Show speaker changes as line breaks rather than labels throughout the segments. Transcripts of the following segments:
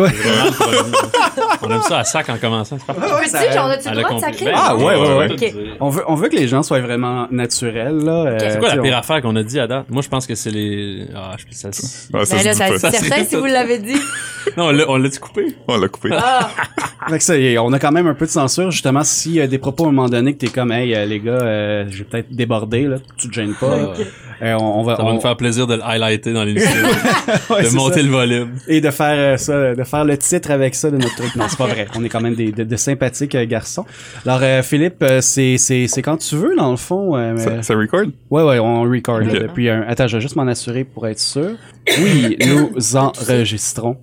Ouais. hein. on aime ça à sac en commençant. c'est parfait.
Ouais,
Petit,
ça-
genre, as-tu
Elle
le
a
droit de
compris. Ben,
sacrer?
Ah, ouais,
on
ouais,
va
ouais.
tout
Ok.
dire.
On veut, on veut que les gens soient vraiment naturels, là. euh,
C'est quoi
tu sais,
la
on-
pire affaire qu'on a dit à date? Moi, je pense que c'est les. Ah, je sais ça.
Ah, ça
Ben
se
là,
dit
ça,
pas.
c'est certain si vous l'avez dit.
Non, on l'a- on l'a-tu coupé?
On l'a coupé.
Ah,
Fait que ça, y- on a quand même un peu de censure, justement, s'il y a des propos à un moment donné que t'es comme, hey, euh, les gars, euh, j'ai peut-être débordé, là, tu te gênes pas.
Ok.
Euh, on, on va,
Ça va
on-
nous faire plaisir de le highlighter dans l'émission.
Ouais,
de
c'est
monter
ça.
le volume.
Et de faire euh, ça, de faire le titre avec ça de notre truc. Non, c'est pas vrai. On est quand même des, de, de sympathiques euh, garçons. Alors, euh, Philippe, euh, c'est, c'est, c'est quand tu veux, dans le fond. euh,
Ça,
mais-
ça record?
Ouais, ouais, on record là,
Ok.
depuis un... Attends, je vais juste m'en assurer pour être sûr. Oui, nous enregistrons.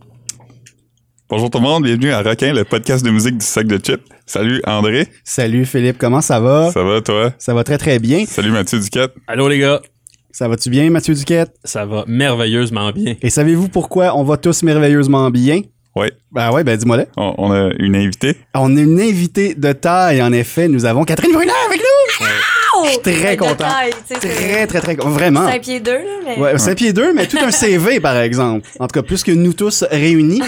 Bonjour tout le monde, bienvenue à Requin, le podcast de musique du sac de chips. Salut André,
Salut Philippe, comment ça va?
ça va toi?
Ça va très très bien.
Salut Mathieu Duquette.
Allô, les gars.
Ça va-tu bien Mathieu Duquette?
Ça va merveilleusement bien.
Et savez-vous pourquoi on va tous merveilleusement bien?
Ouais,
Ben ouais, ben dis-moi là.
on, on a une invitée.
On est une invitée de taille en effet. Nous avons Catherine Brunner avec nous! Je suis très content. Très très très vraiment.
5 pieds 2, là, mais...
Ouais, 5 pieds 2, mais tout un CV, par exemple. En tout cas, plus que nous tous réunis.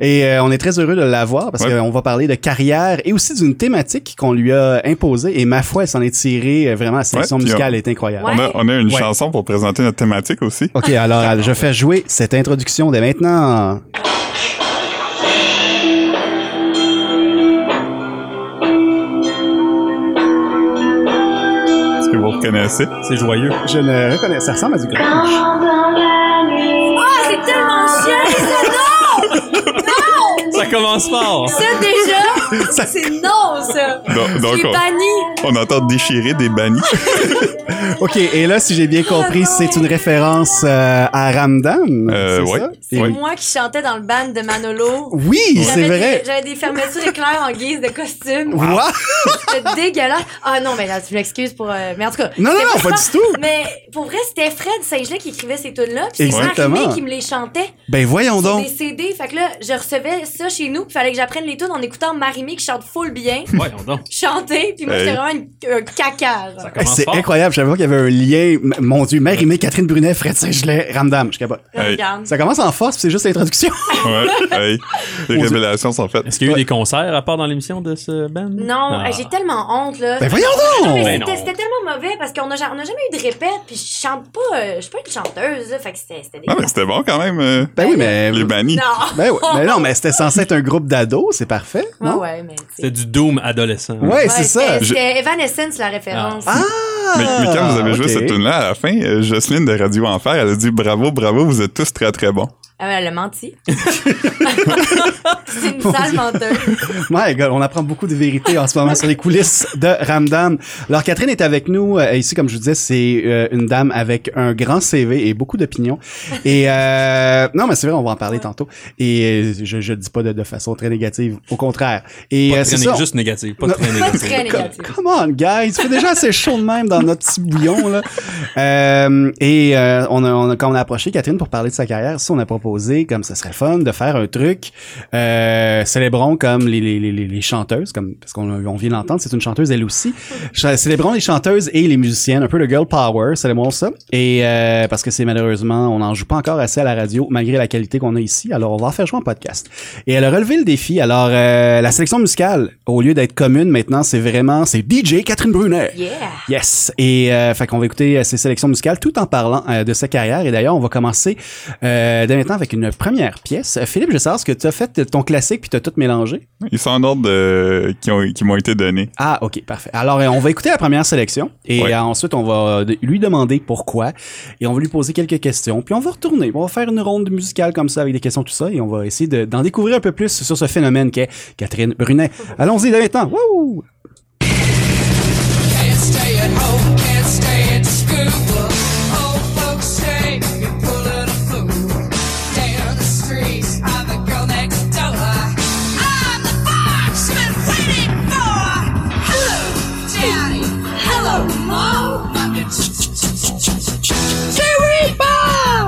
Et euh, on est très heureux de l'avoir parce
Ouais.
qu'on va parler de carrière et aussi d'une thématique qu'on lui a imposée. Et ma foi, elle s'en est tirée euh, vraiment. La sélection
puis on-
musicale est incroyable.
Ouais.
On a, on a une
Ouais.
chanson pour présenter notre thématique aussi.
OK, alors Al, je fais jouer cette introduction dès maintenant.
Est-ce que vous reconnaissez?
C'est joyeux.
Je ne reconnais, ça ressemble à du grunge.
Ah, c'est tellement chiant, ça,
Ça commence fort.
ça, déjà! C'est non, ça!
Donc, donc,
Je l'ai
on-
banni!
on, entend déchirer des bannis.
OK, et là, si j'ai
Ah
bien compris, c'est une référence euh, à Ramdam.
Euh,
c'est
ouais.
ça?
C'est
Oui.
moi qui chantais dans le band de Manolo.
Oui, c'est
J'avais
vrai.
des- J'avais des fermetures éclairs en guise de costume.
Wow.
C'était dégueulasse. Ah non, mais là, tu m'excuses pour. euh, Mais en tout cas.
Non, non,
c'était
non, pas du tout.
Mais pour vrai, c'était Fred Saint-Gelais qui écrivait ces tunes-là. Puis c'est
Exactement.
Marimé qui me les chantait.
Ben voyons
sur
donc.
des CD. Fait que là, je recevais ça chez nous. Puis fallait que j'apprenne les tunes en écoutant Marimé qui chante full bien.
Ouais, on donc.
chanter. Puis moi,
Hey.
j'étais vraiment une, un caca.
Ça
genre.
Hey,
Eh,
commence
C'est
fort.
incroyable, je savais pas qu'il y avait un lien. M- Mon Dieu, Marie-Mé, Catherine Brunet, Fred Saint-Gelais, Ramdam, je capote.
Hey.
Regarde.
Ça commence en force, puis c'est juste l'introduction.
Ouais, hey, les
Dieu.
révélations sont faites.
Est-ce qu'il y a eu des concerts à part dans l'émission de ce band?
Non,
Ah.
euh, j'ai tellement honte, là.
Ben voyons
Non,
donc!
mais
Ben
c'était
non.
c'était tellement mauvais parce qu'on a, ja- on a jamais eu de répète, puis je chante pas, euh, je suis pas une chanteuse, là, fait que c'était c'était des...
Ah, mais c'était bon quand même, euh,
Ben oui, mais...
les bannis.
Non!
Ben, ouais. ben non, mais c'était censé être un groupe d'ados, c'est parfait,
Ouais,
non?
ouais, mais... tu sais.
C'était du Doom adolescent.
Ouais,
Ouais,
c'est
c'était-
ça.
C'était Evanescence, la référence.
Ah!
Mais, mais quand vous avez joué
ok.
cette tune-là, à la fin, euh, Jocelyne de Radio Enfer, elle a dit bravo, bravo, vous êtes tous très très bons.
Ah, mais elle a menti. c'est une sale menteuse.
My God, on apprend beaucoup de vérités en ce moment sur les coulisses de Ramdam. Alors, Catherine est avec nous. euh, ici, comme je vous disais, c'est euh, une dame avec un grand CV et beaucoup d'opinions. Et euh, non, mais c'est vrai, on va en parler tantôt. Et euh, je ne dis pas de, de façon très négative, au contraire. Et
Pas
euh,
très
c'est
né-
ça.
juste négatif. Pas très
Pas
négatif.
très négative.
Come on, guys! Il fait déjà assez chaud de même dans notre petit bouillon, là. Euh, et euh, on a, on a- quand on a approché Catherine pour parler de sa carrière, ça, on a proposé, comme ça serait fun, de faire un truc. Euh, célébrons comme les, les, les, les- les chanteuses, comme parce qu'on on vient d'entendre, c'est une chanteuse elle aussi. Ch- Célébrons les chanteuses et les musiciennes, un peu le girl power, célébrons ça. Et euh, parce que c'est malheureusement, on n'en joue pas encore assez à la radio, malgré la qualité qu'on a ici. Alors, on va en faire jouer en podcast. Et elle a relevé le défi. Alors, euh, la sélection musicale, au lieu d'être commune maintenant, c'est vraiment, c'est DJ Catherine Brunet.
Yeah!
Yes. Et euh, fait qu'on va écouter euh, ses sélections musicales tout en parlant euh, de sa carrière. Et d'ailleurs, on va commencer euh, dès maintenant avec une première pièce. Euh, Philippe, je veux savoir ce que tu as fait ton classique puis tu as tout mélangé.
Ils sont en ordre de- qui ont- qui m'ont été donnés.
Ah, ok, parfait. Alors, euh, on va écouter la première sélection et
Ouais.
euh, ensuite on va de- lui demander pourquoi et on va lui poser quelques questions. Puis on va retourner, on va faire une ronde musicale comme ça avec des questions tout ça et on va essayer de- d'en découvrir un peu plus sur ce phénomène qu'est Catherine Brunet. Allons-y dès maintenant. Wouh!
Can't stay at home, can't stay at school. Old folks say you're pulling a fool. Day on the streets, I'm the girl next door. I'm the fox you've been waiting for. Hello, Daddy. Hello, Mom. Cheeribo!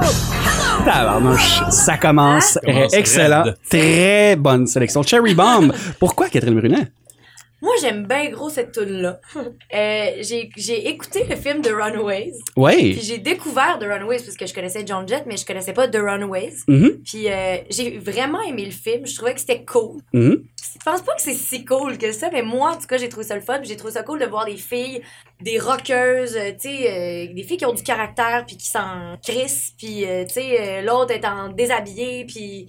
Hello,
Tabarnouche, ça Hein? commence.
Commence
Excellent.
raide.
Très bonne sélection. Cherry Bomb. Pourquoi Catherine Brunet?
Moi, j'aime bien gros cette tune-là. Euh, j'ai j'ai écouté le film de Runaways.
Oui.
Puis j'ai découvert The Runaways parce que je connaissais John Jett, mais je connaissais pas The Runaways.
Mhm.
Puis euh, j'ai vraiment aimé le film. Je trouvais que c'était cool.
Mm-hmm.
Mhm.
Je pense pas que c'est si cool que ça, mais moi, en tout cas, j'ai trouvé ça le fun. puis J'ai trouvé ça cool de voir des filles, des rockeuses, euh, tu sais, euh, des filles qui ont du caractère, puis qui s'en crissent, puis, euh, tu sais, euh, l'autre est en déshabillé, puis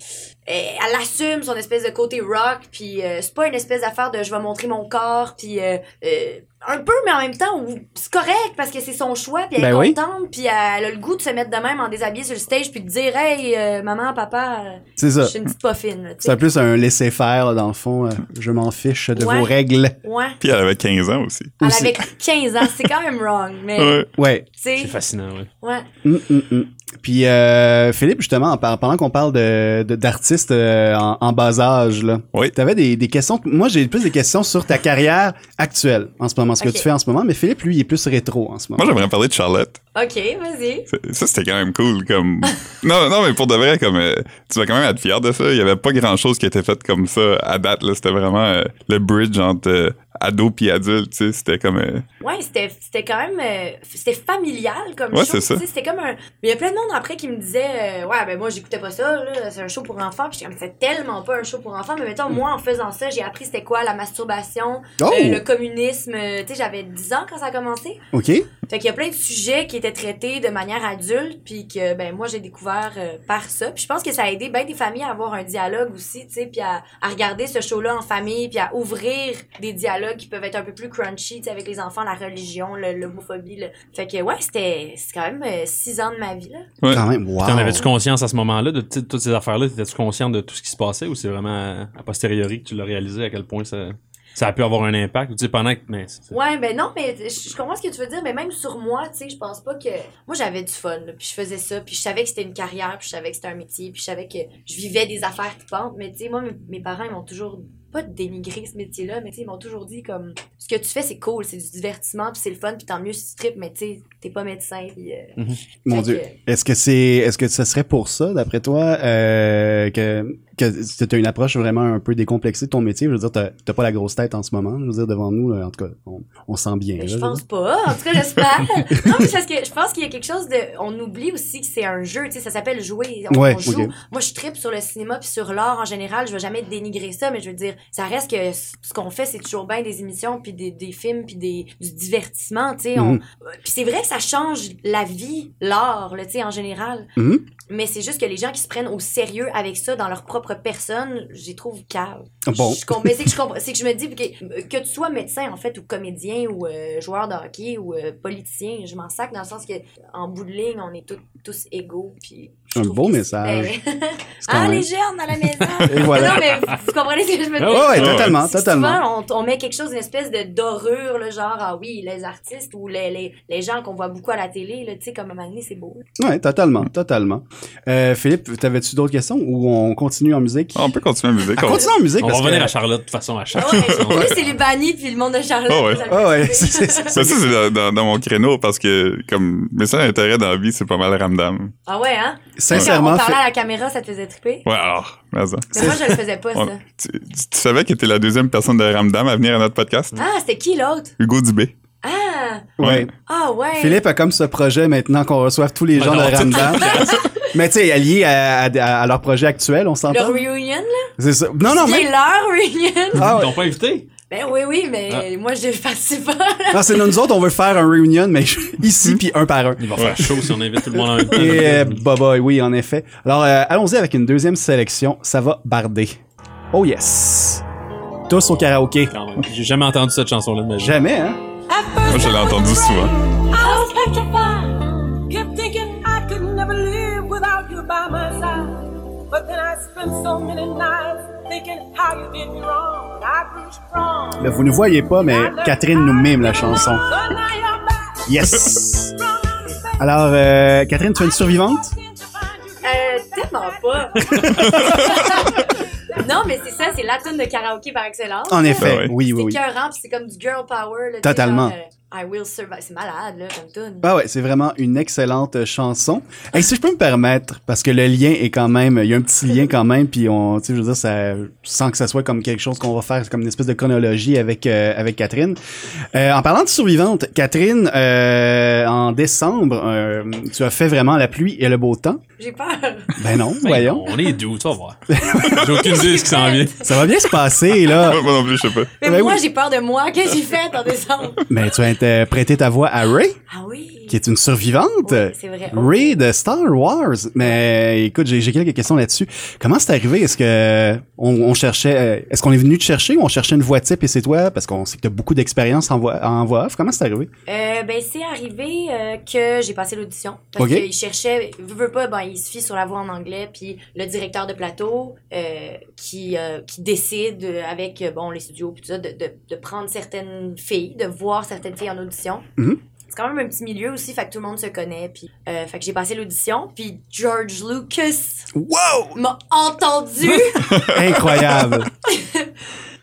euh, elle assume son espèce de côté rock, puis euh, c'est pas une espèce d'affaire de je vais montrer mon corps, puis euh, euh, un peu, mais en même temps, ou- c'est correct parce que c'est son choix, puis elle
Ben
est
oui.
contente, puis elle a le goût de se mettre de même en déshabillé sur le stage, puis de dire, hey, euh, maman, papa, euh,
C'est
je
ça.
suis une petite poffine, là, tu sais.
C'est plus un laisser-faire, là, dans le fond. euh, Je m'en fiche de
Ouais.
vos règles.
Ouais.
Puis elle avait 15 ans aussi.
Elle
Aussi.
avait 15 ans, c'est quand même wrong, mais
Ouais.
Ouais.
tu sais,
C'est fascinant, ouais.
ouais.
Hum, hum, hum. Puis, euh, Philippe, justement, en par- pendant qu'on parle de- de- d'artistes euh, en, en bas âge, là,
Oui.
t'avais des, des questions. Moi, j'ai plus des questions sur ta carrière actuelle en ce moment, ce
Ok.
que tu fais en ce moment. Mais Philippe, lui, il est plus rétro en ce moment.
Moi, j'aimerais parler de Charlotte.
OK, vas-y.
Ça, c'était quand même cool. Comme... non, non, mais pour de vrai, comme, euh, tu vas quand même être fier de ça. Il n'y avait pas grand-chose qui était fait comme ça à date. là. C'était vraiment euh, le bridge entre euh, ado puis adulte. tu sais. C'était comme... euh,
Ouais, c'était c'était quand même euh, c'était familial comme
Ouais,
show,
c'est ça.
tu sais, c'était comme un mais il y a plein de monde après qui me disait euh, ouais, ben moi j'écoutais pas ça là, c'est un show pour enfants, puis j'étais comme c'est tellement pas un show pour enfants, mais mettons moi en faisant ça, j'ai appris c'était quoi la masturbation,
Oh!
euh, le communisme, euh, tu sais j'avais 10 ans quand ça a commencé.
Oh, OK?
Fait qu'il y a plein de sujets qui étaient traités de manière adulte, puis que ben moi j'ai découvert euh, par ça. Puis je pense que ça a aidé bien des familles à avoir un dialogue aussi, tu sais, puis à, à regarder ce show-là en famille, puis à ouvrir des dialogues qui peuvent être un peu plus crunchy, tu sais, avec les enfants, la religion, le- l'homophobie. le- Fait que ouais, c'était c'est quand même euh, six ans de ma vie là.
Ouais.
Quand même, wow.
T'en avais-tu conscience à ce moment-là de t- toutes ces affaires-là? T'étais-tu conscient de tout ce qui se passait ou c'est vraiment à posteriori que tu l'as réalisé à quel point ça, ça a pu avoir un impact? Ou tu sais, pendant que. Mais c'est- c'est-
Ouais, ben non, mais je je comprends ce que tu veux dire, mais même sur moi, tu sais, je pense pas que. Moi, j'avais du fun, là, puis je faisais ça, puis je savais que c'était une carrière, puis je savais que c'était un métier, puis je savais que je vivais des affaires coupantes, mais tu sais, moi, mes- mes parents, ils m'ont toujours pas dénigré ce métier-là, mais tu sais, ils m'ont toujours dit comme ce que tu fais, c'est cool, c'est du divertissement, puis c'est le fun, puis tant mieux si tu tripes, mais tu sais, t'es pas médecin, puis. euh,
Mon
fait
Dieu. Est-ce que c'est, est-ce que ce serait pour ça, d'après toi, euh, que, que tu as une approche vraiment un peu décomplexée de ton métier? Je veux dire, t'as, t'as pas la grosse tête en ce moment. Je veux dire, devant nous, là, en tout cas, on, on sent bien.
Ben,
là,
Je
veux
pense
dire.
pas. En tout cas, j'espère. non, mais c'est parce que je pense qu'il y a quelque chose de. On oublie aussi que c'est un jeu. Tu sais, ça s'appelle jouer. On,
Ouais,
on joue.
ok.
Moi, je tripe sur le cinéma puis sur l'art en général. Je veux jamais dénigrer ça, mais je veux dire, ça reste que c- ce qu'on fait, c'est toujours bien des émissions puis des, des films puis des du divertissement. Tu sais, on- euh,
Mhm.
puis c'est vrai que ça change la vie, l'art, là, tu sais, en général.
Mhm.
Mais c'est juste que les gens qui se prennent au sérieux avec ça dans leur propre personne, j'y trouve cave.
Bon.
Je com- mais c'est que je comprends- c'est que je me dis que, que tu sois médecin en fait ou comédien ou euh, joueur de hockey ou euh, politicien, je m'en sac dans le sens que en bout de ligne, on est tous tous égaux puis je
Un
trouve
beau
que c'est-
message.
Ben,
C'est quand
ah
même-
les jeunes à la maison.
Et voilà.
Non mais vous comprenez ce que je veux dire.
Ouais,
Ouais,
ouais, totalement,
C'est que
totalement.
Souvent, on, on met quelque chose, une espèce de dorure, là, genre, ah oui, les artistes ou les, les, les gens qu'on voit beaucoup à la télé, là, tu sais, comme à un moment donné, c'est beau.
Ouais, totalement, totalement. Euh, Philippe, t'avais-tu d'autres questions ou on continue en musique?
On peut continuer la musique.
Ah,
on-
continue en musique
On va
parce
revenir
que...
à Charlotte de toute façon à chaque
Ah Ouais, mais c'est les bannis puis le monde de Charlotte.
Ah ouais.
ça me
Ah ouais,
fait
c'est,
plaisir.
c'est, c'est-
Mais ça, c'est dans, dans- dans mon créneau parce que, comme, mes seuls intérêts dans la vie, c'est pas mal ramdam.
Ah ouais, hein? Quand
sincèrement,
on parlait
Phil-
à la caméra, ça te faisait triper?
Ouais, alors, mais ça.
Mais moi, je le faisais pas,
On-
ça.
tu, tu- tu savais que t'es la deuxième personne de ramdam à venir à notre podcast?
Ah, c'était qui l'autre?
Hugo Dubé.
Ah!
ouais.
Ah ouais!
Philippe a comme ce projet maintenant qu'on reçoive tous les gens de
Ouais, non,
Ramdam. Mais tu sais, lié à, à- à leur projet actuel, on
Le
s'entend.
reunion, là?
C'est ça. Non, non,
C'est
mais.
leur reunion!
Ah
Ils
ouais.
t'ont pas invité?
Ben oui, oui, mais
Ah.
moi, je participe pas.
Non, c'est nous autres, on veut faire un reunion, mais ici, puis un par un.
Hmm. Il va faire chaud si on invite tout le monde en même temps.
Et euh, Boboy, oui, en effet. Alors, euh, allons-y avec une deuxième sélection. Ça va barder. Oh yes! Tous au karaoké.
Quand même. J'ai jamais entendu cette chanson-là de ma vie.
Jamais, hein?
Moi, je l'ai entendu souvent.
I was petrified, kept thinking I could never live without you by my side. But then I spent so many nights thinking how you did me wrong. I grew strong.
Là, vous ne voyez pas, mais Catherine nous mime la
So
chanson.
now you're back
Yes!
from outer space.
Alors, euh, Catherine, tu es une survivante?
Looking to find you.
Euh, tellement pas! non, mais c'est ça, c'est la tune de karaoké par excellence.
En effet,
ouais.
oui, oui, oui.
C'est écœurant, puis c'est comme du girl power. Là, tu sais,
Totalement.
genre, euh, I Will Survive. C'est malade, là, comme tune.
Ah ouais, c'est vraiment une excellente euh, chanson. Et si je peux me permettre, parce que le lien est quand même, il y a un petit lien quand même, puis on, tu sais, je veux dire, ça, sans que ça soit comme quelque chose qu'on va faire, c'est comme une espèce de chronologie avec euh, avec Catherine. Euh, en parlant de survivante, Catherine, euh, en décembre, euh, tu as fait vraiment la pluie et le beau temps.
J'ai peur.
Ben non,
Ben,
voyons.
On est doux, tu vas voir. J'ai aucune idée de ce qui s'en vient.
Ça va bien se passer là.
Moi, moi non plus, je sais pas.
Mais
Ben
moi,
oui.
j'ai peur de moi. Qu'est-ce que j'ai fait en décembre?
Mais tu as inter- prêté ta voix à Ray.
Ah oui.
qui est une survivante.
Oui, c'est vrai. Oh.
Ray de Star Wars. Mais écoute, j'ai j'ai quelques questions là-dessus. Comment c'est arrivé? Est-ce que on, on cherchait, euh, est-ce qu'on est venu te chercher ou on cherchait une voix type et c'est toi? Parce qu'on sait que t'as beaucoup d'expérience en voix, en voix off. Comment c'est arrivé?
Euh, ben, c'est arrivé euh, que j'ai passé l'audition. Parce
Ok.
qu'ils cherchaient, veux, veux pas, ben, ils se fient sur la voix en anglais, puis le directeur de plateau euh, qui, euh, qui décide euh, avec, euh, bon, les studios, puis tout ça, de, de, de prendre certaines filles, de voir certaines filles en audition.
Mhm.
C'est quand même un petit milieu aussi, fait que tout le monde se connaît, puis euh, fait que j'ai passé l'audition, puis George Lucas
Wow!
m'a entendu,
Incroyable!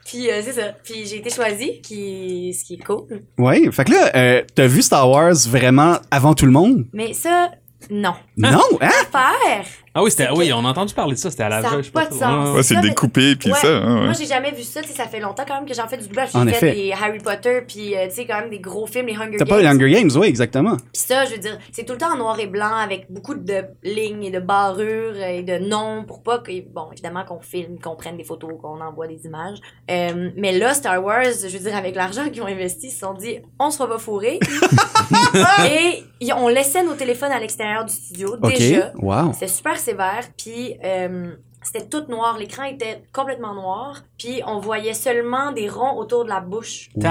puis euh, c'est ça, puis j'ai été choisie, qui, ce qui est cool.
Oui. Fait que là, euh, t'as vu Star Wars vraiment avant tout le monde?
Mais ça, non.
Non, hein?
Faire!
Ah oui, c'était,
C'est
oui,
que-
on a entendu parler de ça, c'était à la
Ça a
veille, je sais
pas de sens.
Ouais, ouais.
Ouais, c'est
Ça, mais-
découpé, puis
Ouais.
ça. hein,
Moi,
ouais.
j'ai jamais vu ça. tu sais, Ça fait longtemps quand même que j'en fais du doublage.
En
J'ai
effet.
fait des Harry Potter, puis euh, tu sais, quand même des gros films, les Hunger
T'as
Games.
pas eu Hunger Games, oui, exactement.
Puis ça, je veux dire, c'est tout le temps en noir et blanc avec beaucoup de lignes et de barrures et de noms pour pas que. Bon, évidemment qu'on filme, qu'on prenne des photos, qu'on envoie des images. Euh, mais là, Star Wars, je veux dire, avec l'argent qu'ils ont investi, ils se sont dit, on sera pas fourré. et ils- on laissait nos téléphones à l'extérieur du studio
OK.
déjà.
Wow.
C'était super sévère, puis euh, c'était tout noir. L'écran était complètement noir, puis on voyait seulement des ronds autour de la bouche.
Wow.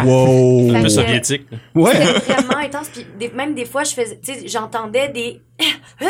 Un peu
Fait que-
soviétique. là.
Ouais.
C'était vraiment intense, puis des- même des fois, je faisais, tu sais, j'entendais des. puis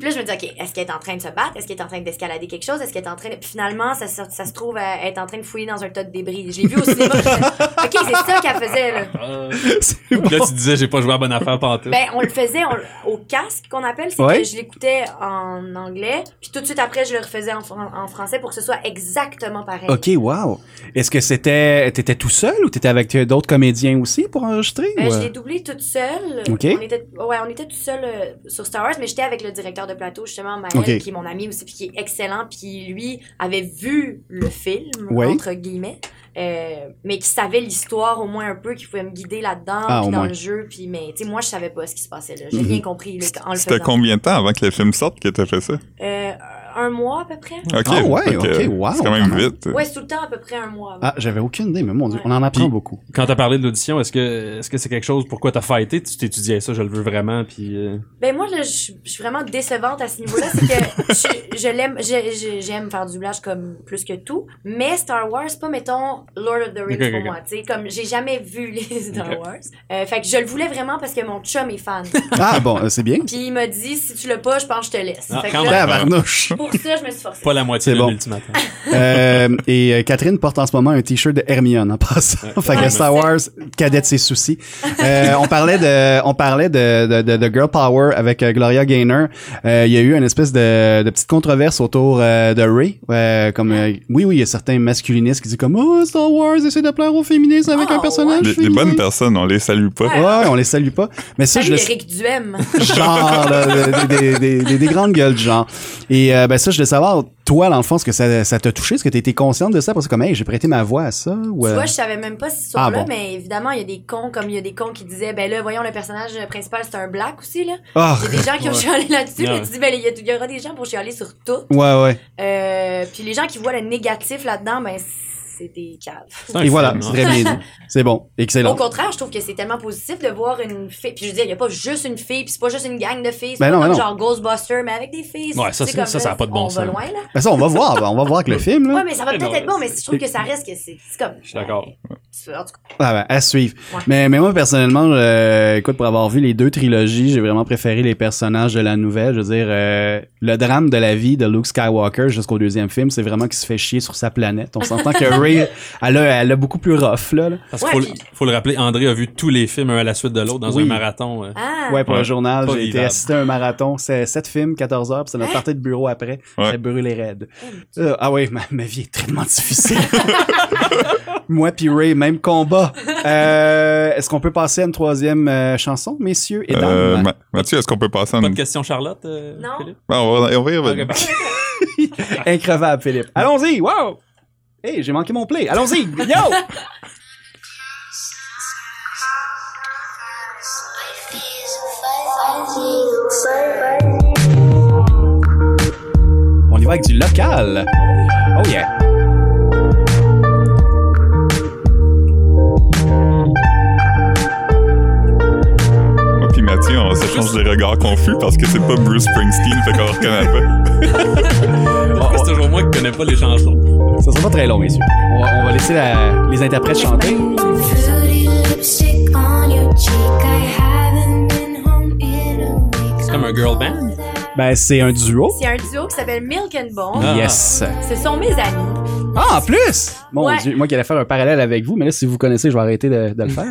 là, je me disais, OK, est-ce qu'elle est en train de se battre? Est-ce qu'elle est en train d'escalader quelque chose? Est-ce qu'elle est en train de. Puis finalement, ça, se- ça se trouve, elle est en train de fouiller dans un tas de débris. Je l'ai vu au cinéma. je faisais, OK, c'est ça qu'elle faisait, là.
Euh,
C'est
Là,
bon.
tu disais, j'ai pas joué à bonne affaire pantoute.
Ben, on le faisait on- au casque qu'on appelle, c'est
Ouais.
que je l'écoutais en anglais, puis tout de suite après, je le refaisais en, fran- en français pour que ce soit exactement pareil.
OK, wow. Est-ce que c'était t'étais tout seul ou t'étais avec euh, d'autres comédiens aussi pour enregistrer
Euh,
ou,
Je
euh?
l'ai doublé toute seule.
Ok.
On était, ouais, on était tout seul euh, sur Star Wars, mais j'étais avec le directeur de plateau, justement, Maël,
Ok.
qui est mon ami aussi, puis qui est excellent, puis lui avait vu le film,
Ouais.
entre guillemets, euh, mais qui savait l'histoire au moins un peu, qui pouvait me guider là-dedans,
Ah,
puis
au
dans
moins.
le jeu, puis mais tu sais, moi, je savais pas ce qui se passait là. J'ai
Mhm.
rien compris là, en le
C'était
faisant.
combien de temps avant que le film sorte que t'as fait ça?
Euh, un mois à peu près.
Ok.
Ah ouais,
fait que,
ok, wow,
C'est quand
quand
même
même.
vite.
Ouais, c'est tout le temps à peu près un mois.
Ah, j'avais aucune idée, mais mon Dieu,
Ouais.
on en apprend
Puis-
beaucoup.
Quand t'as parlé de l'audition, est-ce que est-ce que c'est quelque chose pourquoi t'as fighté? Tu t'étudiais ça, je le veux vraiment, puis euh,
Ben moi, là, je suis je suis vraiment décevante à ce niveau-là. C'est que je, je l'aime, je- je- j'aime faire du doublage comme plus que tout. Mais Star Wars, pas mettons Lord of the
Ok,
Rings
ok,
pour
ok.
moi. Tu sais, comme j'ai jamais vu les Star
Ok.
Wars. Euh, fait que je le voulais vraiment parce que mon chum est fan.
Ah bon, euh, c'est bien.
Puis il m'a dit, si tu l'as pas, je pense que je te laisse.
Ah,
fait que
quand
là,
Tabarnouche.
pour ça, je me suis forcée.
pas la moitié
C'est
de
bon.
l'ultimatum.
Euh, et euh, Catherine porte en ce moment un t-shirt de Hermione en passant.
Ouais.
fait que
Ouais.
Star Wars, cadette ses soucis. Euh, on parlait de, on parlait de, de, de, de Girl Power avec euh, Gloria Gaynor. Euh, Il y a eu une espèce de, de petite controverse autour euh, de Ray. Euh, comme, euh, oui, oui, il y a certains masculinistes qui disent comme, oh, Star Wars essaie de plaire aux féministes avec
Ah,
Oh,
un personnage.
Des, des
féminin.
bonnes personnes, on les salue pas.
Ouais.
Ouais, on les salue pas. Mais ça,
Salut
je le
Eric Duhem.
genre, là, de- des, des, des, des grandes gueules de genre. Et euh, ben ça, je voulais savoir, toi, dans le fond, ce que ça ça t'a touché? Est-ce que t'as été consciente de ça? Parce que comme, hey, j'ai prêté ma voix à ça? Ou,
Tu
euh,
vois, je savais même pas ce soir-là,
Ah, bon.
mais évidemment, il y a des cons, comme il y a des cons qui disaient, ben là, voyons, le personnage principal, c'est un black aussi, là.
ah,
Il y a des gens qui ont
Ouais.
chialé là-dessus,
Ouais.
mais tu dis, ben, il y, a- il y aura des gens pour chialer sur tout.
ouais, ouais.
Euh, puis les gens qui voient le négatif là-dedans, ben, c'est des caves.
C'est un
Et voilà,
film,
c'est
hein.
très bien dit. C'est bon,
Au
excellent.
contraire, je trouve que c'est tellement positif de voir une fille. Puis je veux dire, il n'y a pas juste une fille, puis c'est pas juste une gang de filles. C'est
Ben
pas
non, ben
comme
non.
genre Ghostbusters, mais avec des filles.
Ouais, ça,
Tu sais,
c'est-
comme
ça,
là,
ça a pas de bon
on va
sens.
loin, là.
Ben ça, on va voir, ben, on va voir avec le film. Là.
Ouais, mais ça va
Mais
peut-être
non,
être bon, mais
c'est-
je trouve que ça reste que c'est c'est comme.
Je suis d'accord.
C'est- en tout cas,
Ah ben, à suivre.
Ouais.
Mais, mais moi, personnellement, euh, écoute, pour avoir vu les deux trilogies, j'ai vraiment préféré les personnages de la nouvelle. Je veux dire, euh, le drame de la vie de Luke Skywalker jusqu'au deuxième film, c'est vraiment qu'il se fait chier sur sa planète. On s'entend que Ray, elle a, elle a beaucoup plus rough, là. là.
Parce qu'il
Ouais,
faut,
puis-
le- faut le rappeler, André a vu tous les films un à la suite de l'autre dans
Oui.
un marathon. euh.
Ah!
Ouais, pour
Ouais.
le journal,
Pas
j'ai été
vivable.
assister à un marathon. C'est 7 films, 14 heures, puis c'est notre
Hein? Oh
partie de bureau après.
Ouais.
J'ai brûlé raide. Euh, ah oui, ma, ma vie est tellement difficile. Moi puis Ray, même combat. Euh, Est-ce qu'on peut passer à une troisième euh, chanson, messieurs et dames?
Euh, Ma- Mathieu, est-ce qu'on peut passer en...
Pas de question, Charlotte? euh,
Non.
Philippe?
Ah, on, va, on va y
Ok,
revenir.
parfait.
Increvable, Philippe. Allons-y, wow! Hey, j'ai manqué mon play. Allons-y, yo! On y va avec du local. Oh yeah.
Moi puis Mathieu, on s'échange des regards confus parce que c'est pas Bruce Springsteen, fait qu'on reconnaît pas.
Oh,
Pourquoi c'est toujours moi qui connais pas les chansons?
Ça sera pas très long, messieurs. On va, on va laisser la- les interprètes chanter.
Fruity lipstick on your cheek. I haven't been home in a week.
C'est comme un girl band?
Ben, c'est un duo.
C'est un duo qui s'appelle Milk and Bone.
Ah.
Yes.
Ce sont mes amis.
Ah, en plus! Mon
Ouais.
Dieu, moi qui allais faire un parallèle avec vous, mais là, si vous connaissez, je vais arrêter de, de le faire.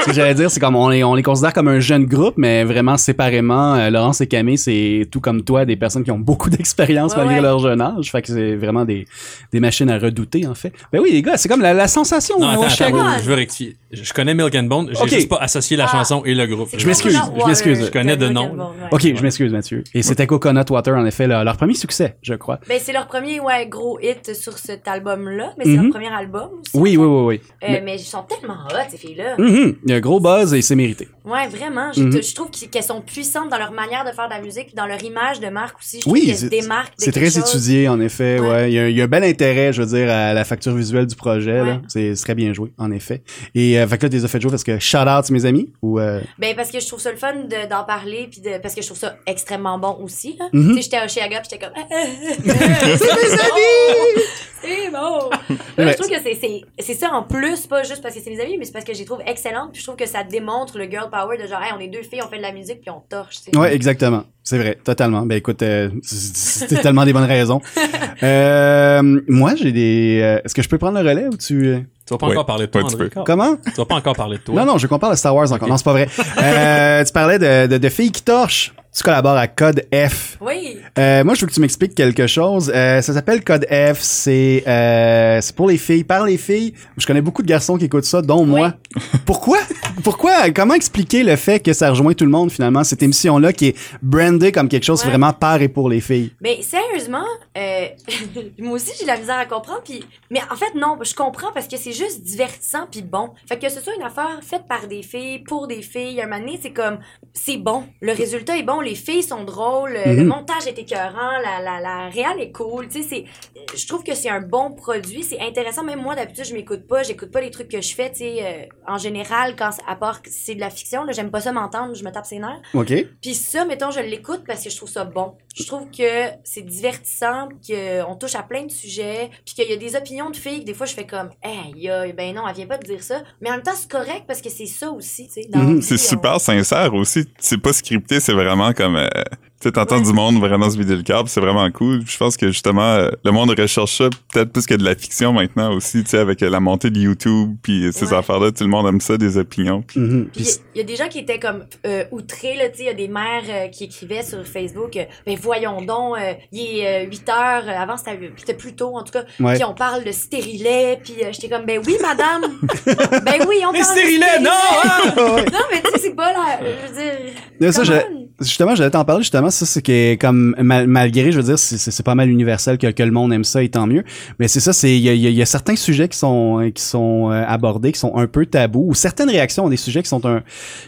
Ce que j'allais dire, c'est comme on les, on les considère comme un jeune groupe, mais vraiment séparément, euh, Laurence et Camille, c'est tout comme toi, des personnes qui ont beaucoup d'expérience
Ouais,
malgré
ouais.
leur jeune âge. Fait que c'est vraiment des, des machines à redouter, en fait. Ben oui, les gars, c'est comme la, la sensation.
Non,
hein,
attends,
au Chicago.
attends,
Chicago.
je veux rectifier. Je je connais Milk and Bone, j'ai
Ok.
juste pas associé la
Ah.
chanson et le groupe.
C'est
Je m'excuse,
Coconut
je
Water
m'excuse. Je
connais de
Milk and
nom.
Bone, ouais.
Ok, je m'excuse, Mathieu. Et c'était Coconut Water, en effet, leur, leur premier succès, je crois.
Ben, c'est leur premier ouais, gros hit sur cet album-là, mais c'est
Mhm.
leur premier album aussi.
Oui, oui, oui, oui.
Euh, mais... ils sont tellement hot, ces filles-là.
Mhm. Il y a un gros buzz et c'est mérité.
Ouais, vraiment. Je,
Mhm.
je trouve qu'ils- qu'elles sont puissantes dans leur manière de faire de la musique, puis dans leur image de marque aussi. Je trouve
Oui,
qu'elles se
c'est-
démarquent de
C'est très
quelque chose.
étudié, en effet. Ouais.
Ouais.
Il, y a, il y a un bel intérêt, je veux dire, à la facture visuelle du projet. là.
Ouais.
C'est c'est très bien joué, en effet. Et euh, fait que là, tu les as fait jouer parce que shout out, mes amis. Ou, euh,
Ben, parce que je trouve ça le fun de- d'en parler, puis de, parce que je trouve ça extrêmement bon aussi. là.
Mhm.
Tu sais, j'étais à Oshiaga, puis j'étais comme. Ah, c'est mes
amis!
ah. C'est bon!
Ouais.
Je trouve que c'est- c'est c'est ça en plus, pas juste parce que c'est mes amis, mais c'est parce que je les trouve excellentes, puis je trouve que ça démontre le girl power de genre, hey, on est deux filles, on fait de la musique, puis on torche. tu sais.
Ouais, exactement. C'est vrai, totalement. Ben écoute, euh, c'était tellement des bonnes raisons. Euh, moi, j'ai des. euh, Est-ce que je peux prendre le relais ou tu. euh,
Tu vas pas
Ouais.
encore parler de toi,
Ouais, tu
André.
peux.
encore.
Comment?
Tu vas pas encore parler de Oh. toi.
Non, non, je compare le Star Wars encore. Non, c'est pas vrai. Euh, tu parlais de, de, de filles qui torchent. Tu collabores à Code F.
Oui!
Euh, moi, je veux que tu m'expliques quelque chose. Euh, ça s'appelle Code F. C'est euh, c'est pour les filles, par les filles. Je connais beaucoup de garçons qui écoutent ça, dont moi. Pourquoi Pourquoi Comment expliquer le fait que ça rejoint tout le monde finalement cette émission là qui est brandée comme quelque chose
Ouais.
vraiment par et pour les filles
Mais Ben, sérieusement, euh, moi aussi j'ai de la misère à comprendre. Puis, mais en fait non, je comprends parce que c'est juste divertissant puis bon. Fait que ce soit une affaire faite par des filles pour des filles, à un moment donné c'est comme c'est bon. Le résultat est bon, les filles sont drôles, euh, le
Mhm.
montage est écœurant, la la la réal est cool. Tu sais c'est, je trouve que c'est un bon produit, c'est intéressant. Même moi d'habitude je m'écoute pas, j'écoute pas les trucs que je fais. Tu sais euh, en général quand à part que c'est de la fiction, là j'aime pas ça m'entendre, je me tape ses nerfs.
Ok.
Puis ça, mettons, je l'écoute parce que je trouve ça bon. Je trouve que c'est divertissant, qu'on touche à plein de sujets, puis qu'il y a des opinions de filles que des fois je fais comme, hey, aïe, ben non, elle vient pas de dire ça. Mais en même temps, c'est correct parce que c'est ça aussi, tu sais. dans la
Mhm,
vie,
C'est
on-
super sincère aussi. C'est pas scripté, c'est vraiment comme... euh, tu sais, t'entends
Ouais.
du monde vraiment se vider le câble, c'est vraiment cool. Je pense que justement, euh, le monde recherche ça peut-être plus que de la fiction maintenant aussi, tu sais, avec euh, la montée de YouTube puis ces
Ouais.
affaires-là, tout le monde aime ça, des opinions.
Mhm.
Puis il y a des gens qui étaient comme euh, outrés, là, tu sais, il y a des mères euh, qui écrivaient sur Facebook, euh, ben voyons donc, euh, il est euh, 8 heures, euh, avant c'était c'était plus tôt en tout cas,
Ouais.
puis on parle de stérilet, puis euh, j'étais comme, ben oui madame, ben oui, on parle de
stérilets, non,
Ouais.
Non, mais tu sais, c'est pas la. Je veux dire.
Mais ça,
come
je-
on.
Justement, j'allais t'en parler, justement, ça, c'est que comme, mal- malgré, je veux dire, c'est- c'est c'est pas mal universel que, que le monde aime ça et tant mieux. Mais c'est ça, c'est, il y a, il y a- il y a certains sujets qui sont, euh, qui sont euh, abordés, qui sont un peu tabous, ou certaines réactions à des sujets qui sont un,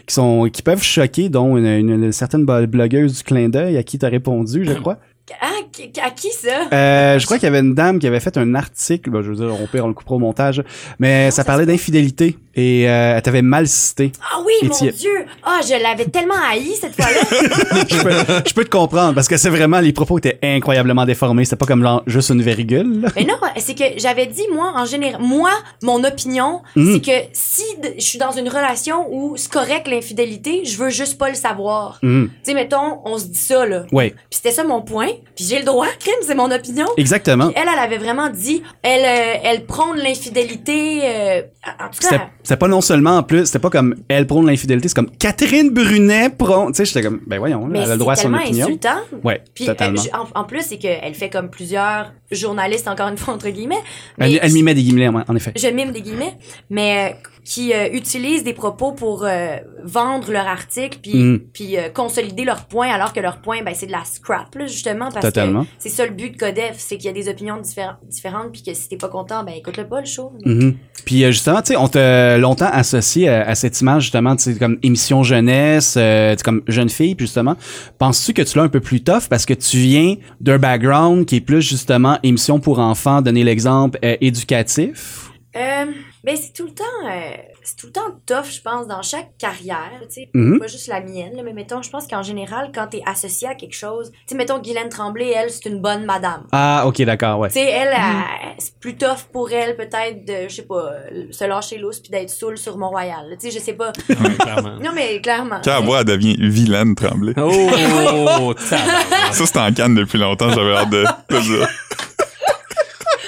qui sont, qui peuvent choquer, dont une, une- une certaine bo- blogueuse du clin d'œil à qui t'as répondu, je crois.
Ah, qui- à qui ça?
Euh, je crois qu'il y avait une dame qui avait fait un article, ben, je veux dire, on perd, on le coupera au montage, mais ça parlait d'infidélité et euh, elle t'avait mal cité.
Ah oui,
Et
mon
tu-
Dieu! Ah, je l'avais tellement haï cette fois-là.
je, peux, je peux te comprendre parce que c'est vraiment les propos étaient incroyablement déformés. C'était pas comme genre juste une virgule. là.
Mais non, c'est que j'avais dit, moi, en général, moi, mon opinion,
Mhm.
c'est que si d- je suis dans une relation où c'est correct l'infidélité, je veux juste pas le savoir.
Mhm.
Tu sais, mettons, on se dit ça, là.
Ouais,
Puis c'était ça mon point. Puis j'ai le droit, crime, c'est mon opinion.
exactement.
Puis elle, elle avait vraiment dit, elle, euh, elle prône l'infidélité. euh, en tout
C'était
cas,
C'était pas non seulement en plus, c'était pas comme elle prône l'infidélité, c'est comme Catherine Brunet prône. Tu sais, j'étais comme, ben voyons, là,
Mais
elle a le
c'est
droit à son
tellement
opinion.
insultant.
Ouais,
Puis euh,
totalement.
elle- en, en plus, c'est qu'elle fait comme plusieurs journalistes, encore une fois, entre guillemets. mais
Elle, elle m'y met des guillemets, en en effet.
je mime des guillemets, mais euh, qui euh, utilisent des propos pour euh, vendre leur article puis
Mm.
puis euh, consolider leur point alors que leur point ben c'est de la scrap là, justement parce
Totalement.
que c'est ça le but de Codef, c'est qu'il y a des opinions diffé- différentes puis que si t'es pas content ben écoute-le pas le show.
Mhm. Puis euh, justement, tu sais, on t'a longtemps associé à, à cette image justement, tu sais, comme émission jeunesse, euh, tu sais, comme jeune fille, puis justement, penses-tu que tu l'as un peu plus tough parce que tu viens d'un background qui est plus justement émission pour enfants, donner l'exemple euh, éducatif?
Euh, ben c'est tout le temps euh, c'est tout le temps tough je pense dans chaque carrière, tu sais,
Mhm.
pas juste la mienne là, mais mettons je pense qu'en général quand t'es associé à quelque chose, tu sais mettons Guylaine Tremblay elle c'est une bonne madame.
Ah, ok, d'accord, ouais.
Tu sais, elle, elle- c'est plus tough pour elle, peut-être, de, je sais pas, se lâcher lousse puis d'être saoule sur Mont-Royal. là. Tu sais, je sais pas.
hein? Ouais, clairement.
Non, mais clairement.
Quand elle boit, elle devient vilaine tremblée.
Oh, tabarnak.
Ça, c'est en canne depuis longtemps, j'avais hâte de, de dire.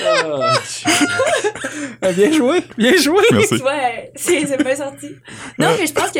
Oh,
Ah, Bien joué, bien joué.
Merci.
Tu vois, euh, c'est c'est pas sorti. Non, mais je pense que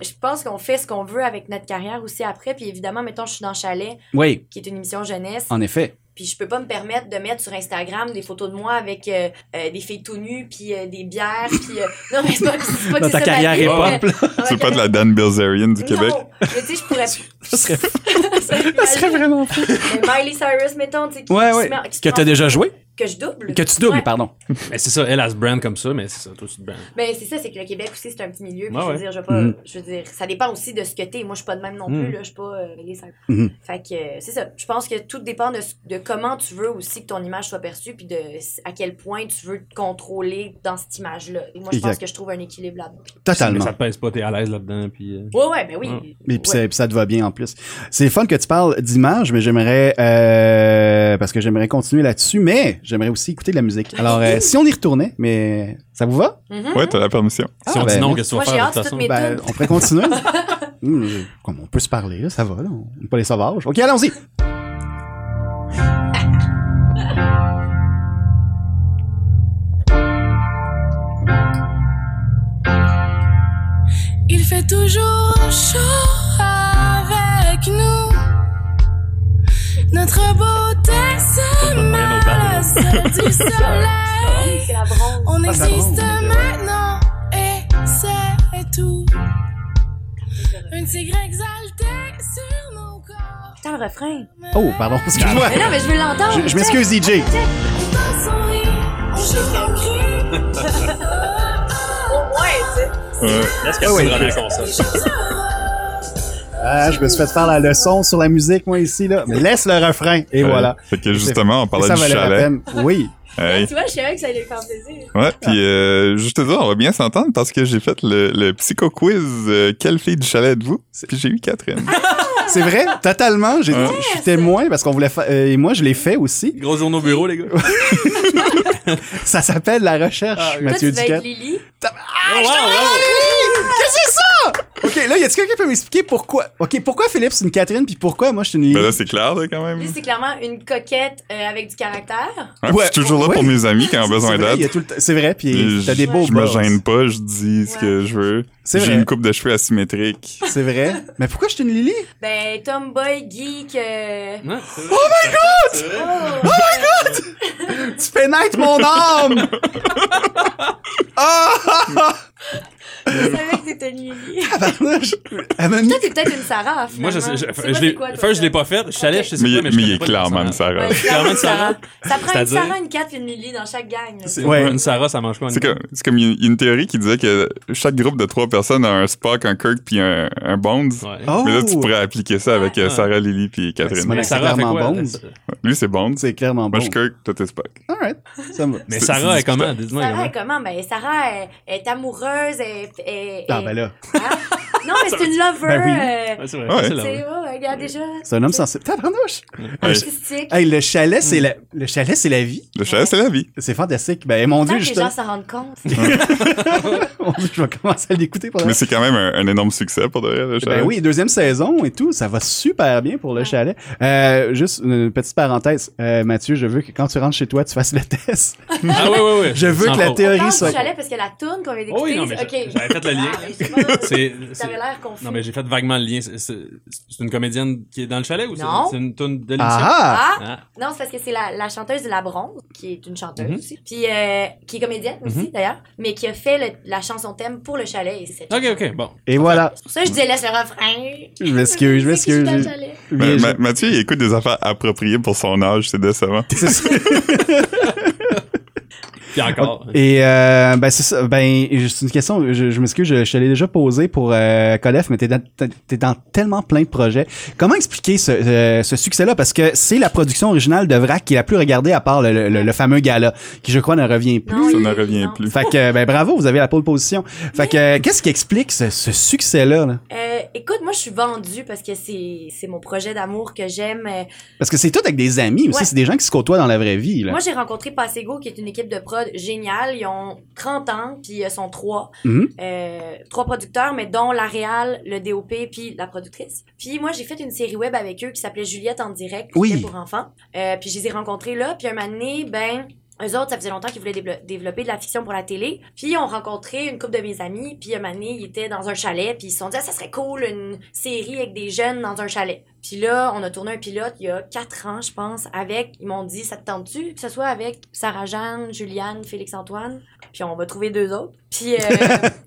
je pense qu'on fait ce qu'on veut avec notre carrière aussi après. Puis évidemment, mettons, je suis dans Chalet,
Oui,
qui est une émission jeunesse.
en effet.
Puis je peux pas me permettre de mettre sur Instagram des photos de moi avec euh, euh, des filles tout nues, puis euh, des bières, puis... euh, Non, mais c'est pas, c'est pas que
Dans
c'est
ta
ça ma
carrière
vie,
hip-hop,
mais-
là,
dans ma
C'est pas de
carrière-
la Dan Bilzerian du Québec.
Non, mais tu sais, je pourrais...
ça serait,
ça
ça serait vraiment fou.
Mais Miley Cyrus, mettons, tu sais, qui,
Ouais,
qui
ouais.
se met- qui se
Que t'as
prend-
déjà joué?
que je double.
Que tu doubles,
Ouais.
pardon.
Mais c'est ça, elle, elle se brand comme ça, mais c'est ça, toi, tu te brandes.
Mais c'est ça, c'est que le Québec aussi, c'est un petit milieu. Puis
Ouais,
je veux
ouais.
dire, je veux pas.
Mhm.
Je veux dire, ça dépend aussi de ce que t'es. Moi, je suis pas de même non
Mm-hmm.
plus,
Mhm.
là. Je suis pas. euh, Miley Cyrus.
Mhm.
Fait que euh, c'est ça. Je pense que tout dépend de, ce- de comment tu veux aussi que ton image soit perçue, puis de à quel point tu veux te contrôler dans cette image-là. Et Moi, je pense
Exact.
que je trouve un équilibre là-dedans.
Mais
Ah, Totalement.
ça te pèse pas, t'es à l'aise là-dedans, puis. euh,
Ouais, ouais, ben oui.
Ouais.
Mais puis
Ouais.
ça- puis ça te va bien en plus. C'est le fun que tu parles d'image, mais j'aimerais euh, parce que j'aimerais continuer là-dessus, mais j'aimerais aussi écouter de la musique. Alors euh, si on y retournait, mais ça vous va
Mhm.
Ouais, t'as la permission.
Si
Ah,
on
ben,
dit non, qu'est-ce qu'on
Moi,
va
j'ai
faire
hâte
de toute façon?
toutes mes
Ben,
tunes.
on pourrait continuer. Hum, je- comme on peut se parler, là, ça va, là, on n'est pas les sauvages. Ok, allons-y.
Il fait toujours chaud avec nous. Notre beauté se
Comme Marianne
mêle à celle du soleil.
C'est la bronze.
On existe
bronze.
maintenant et c'est tout. Un tigre exalté sur nos corps.
Putain, le refrain.
Oh, pardon, excuse-moi.
Mais non, mais je veux l'entendre.
Je, je m'excuse, DJ.
On danse, on rit, on chante, on crie.
Ouais.
Est-ce
Ah
que
ouais.
c'est vraiment qu'on sache?
Ah, je me suis fait faire la leçon sur la musique, moi ici là. Mais laisse le refrain et
Ouais.
voilà.
Fait que justement, on
Et
parlait
ça
du
valait la
chalet. Euh,
peine. Oui.
Hey.
Tu vois, je savais que ça allait lui faire plaisir.
Ah.
Ouais, puis euh, juste te dire, on va bien s'entendre parce que j'ai fait le, le psycho-quiz euh, Quelle fille du chalet êtes-vous? » Puis j'ai eu Catherine.
C'est vrai, totalement. J'ai,
Ouais.
Je suis témoin parce qu'on voulait faire. euh, et moi, je l'ai fait aussi.
Gros journaux bureau, les gars.
Ça s'appelle La Recherche, Mathieu
Toi, tu vas
Duquette.
être Lily.
Oh, wow,
OK, là, y a-t-il quelqu'un qui peut m'expliquer pourquoi? OK, pourquoi Philippe, c'est une Catherine, puis pourquoi moi, je suis une
Mais Ben là,
Lily?
c'est clair, là, quand même.
Lui, c'est clairement une coquette euh, avec du caractère.
Ouais, puis je suis toujours là
Ouais.
pour mes amis quand ils ont besoin
C'est vrai, y a
d'aide.
tout le temps- C'est vrai, puis
Puis
t'as des
je-
beaux
Je me
bras.
gêne pas, je dis ce que je veux.
C'est
J'ai
vrai.
une coupe de cheveux asymétrique.
C'est vrai. Mais pourquoi je suis une Lily?
Ben, tomboy, geek. euh,
wow. Ouais, c'est vrai. C'est vrai.
Oh!
Tu pénètres mon âme!
Je savais que c'était une Lily.
Tabarnouche. Ah, Elle m'a mis-
Ah, Toi, t'es peut-être une Sarah. Finalement.
Moi, je, sais- je, je,
Tu sais pas
l'ai-
c'est quoi, toi,
first, je
ça?
l'ai pas fait. Je savais,
Ok.
je sais
Mais,
pas,
il-
mais
mais
je
il
connais
est
pas le
clairement une
personnage.
Sarah.
Ouais, clairement une Sarah. Ça prend une
C'est-à-dire-
Sarah, une 4 une Lily dans chaque gang. là.
C'est
Ouais.
Une Sarah, ça mange quoi?
C'est comme, c'est comme une, une théorie qui disait que chaque groupe de trois personnes a un Spock, un Kirk puis un, un Bones.
Ouais.
Oh!
Mais là, tu pourrais appliquer ça avec euh,
Ouais.
Sarah, Lily puis Catherine.
Ah. Ouais,
Mais
c'est
Sarah, fait
clairement
quoi?
Bones.
Elle-
Lui, c'est Bones.
Oh! C'est clairement bon.
Moi, je suis Kirk, toi, t'es Spock.
Alright. Ça me va.
Mais
C'est-
Sarah
c'est
est comment?
discutable.
Dis-moi.
Sarah,
comment?
est comment? Ben, Sarah elle- elle est amoureuse. Elle, elle-
Ah,
elle-
ben là.
Hein? Non, mais c'est une lover.
Ben oui.
euh,
Ouais, c'est vrai.
Ouais.
C'est
tu
la-
sais, ouais, ouais, regarde déjà.
C'est un homme sensible. Tabarnouche!
Artistique.
Hey, le chalet,
Mm.
c'est la... le chalet, c'est la vie.
Le chalet, c'est la vie.
C'est fantastique. Ben, mon
Tant
Dieu,
que les gens
justement.
s'en rendent compte.
Mon Dieu, je vais commencer à l'écouter pour la
Mais c'est quand même un, un énorme succès pour de vrai, le chalet.
Ben oui, deuxième saison et tout, ça va super bien pour le chalet. Euh, juste une petite parenthèse, Euh, Mathieu, je veux que quand tu rentres chez toi, tu fasses le test.
Ah oui, oui, oui.
Je veux que la
théorie...
théorie
Parle
soit.
du chalet parce que la toune qu'on vient d'écouter.
Oh oui, non, mais
ok.
j'a- j'avais fait le lien.
Ah, mais je sais pas,
C'est.
T'avais
c'est-
l'air confus.
Non, mais j'ai fait vaguement le lien. C'est- C'est c'est une comédienne qui est dans le chalet ou c'est
Non.
c'est une toune de l'émission?
Ah!
Ah!
Ah.
Non, c'est parce que c'est la, la chanteuse de La Bronze, qui est une chanteuse aussi, puis euh, qui est comédienne aussi d'ailleurs, mais qui a fait le- la chanson thème pour le chalet. Et c'est
Ok, ok, bon.
Et voilà.
pour ça que je disais laisse le refrain.
Je m'excuse, je
C'est qui
m'excuse.
dans le
j'ai
chalet?
Ma-
oublié,
Ben, Ma- Mathieu, il écoute des affaires appropriées pour son âge, c'est décevant.
Puis encore.
Et euh, ben c'est ça, ben juste une question, je, je m'excuse, je, je te l'ai déjà posée pour euh, Colef, mais t'es dans, t'es- t'es dans tellement plein de projets. Comment expliquer ce, euh, ce succès-là Parce que c'est la production originale de Vrac qui est la plus regardée à part le, le- le- le fameux gala, qui je crois ne revient plus.
Non,
Ça
il-
ne revient
non.
plus.
Fait que ben bravo, vous avez la pole position. Fait que euh, qu'est-ce qui explique ce, ce succès-là là?
Euh, écoute, moi, je suis vendue parce que c'est c'est mon projet d'amour que j'aime. euh,
Parce que c'est tout avec des amis aussi,
Ouais.
c'est des gens qui se côtoient dans la vraie vie là.
Moi, j'ai rencontré Passego, qui est une équipe de prod géniale. Ils ont 30 ans, puis ils sont trois.
Mhm.
Euh, trois producteurs, mais dont la réal, le DOP, puis la productrice. Puis moi, j'ai fait une série web avec eux qui s'appelait Juliette en direct, qui
Oui.
était pour enfants. Euh, puis je les ai rencontrés là, puis un moment donné, ben... Eux autres, ça faisait longtemps qu'ils voulaient déblo- développer de la fiction pour la télé. Puis ils ont rencontré une couple de mes amis, puis un moment donné, ils étaient dans un chalet, puis ils se sont dit ah, ça serait cool une série avec des jeunes dans un chalet. Puis là, on a tourné un pilote il y a quatre ans, je pense, avec. Ils m'ont dit ça te tente-tu que ce soit avec Sarah Jeanne, Juliane, Félix Antoine, puis on va trouver deux autres. Puis euh,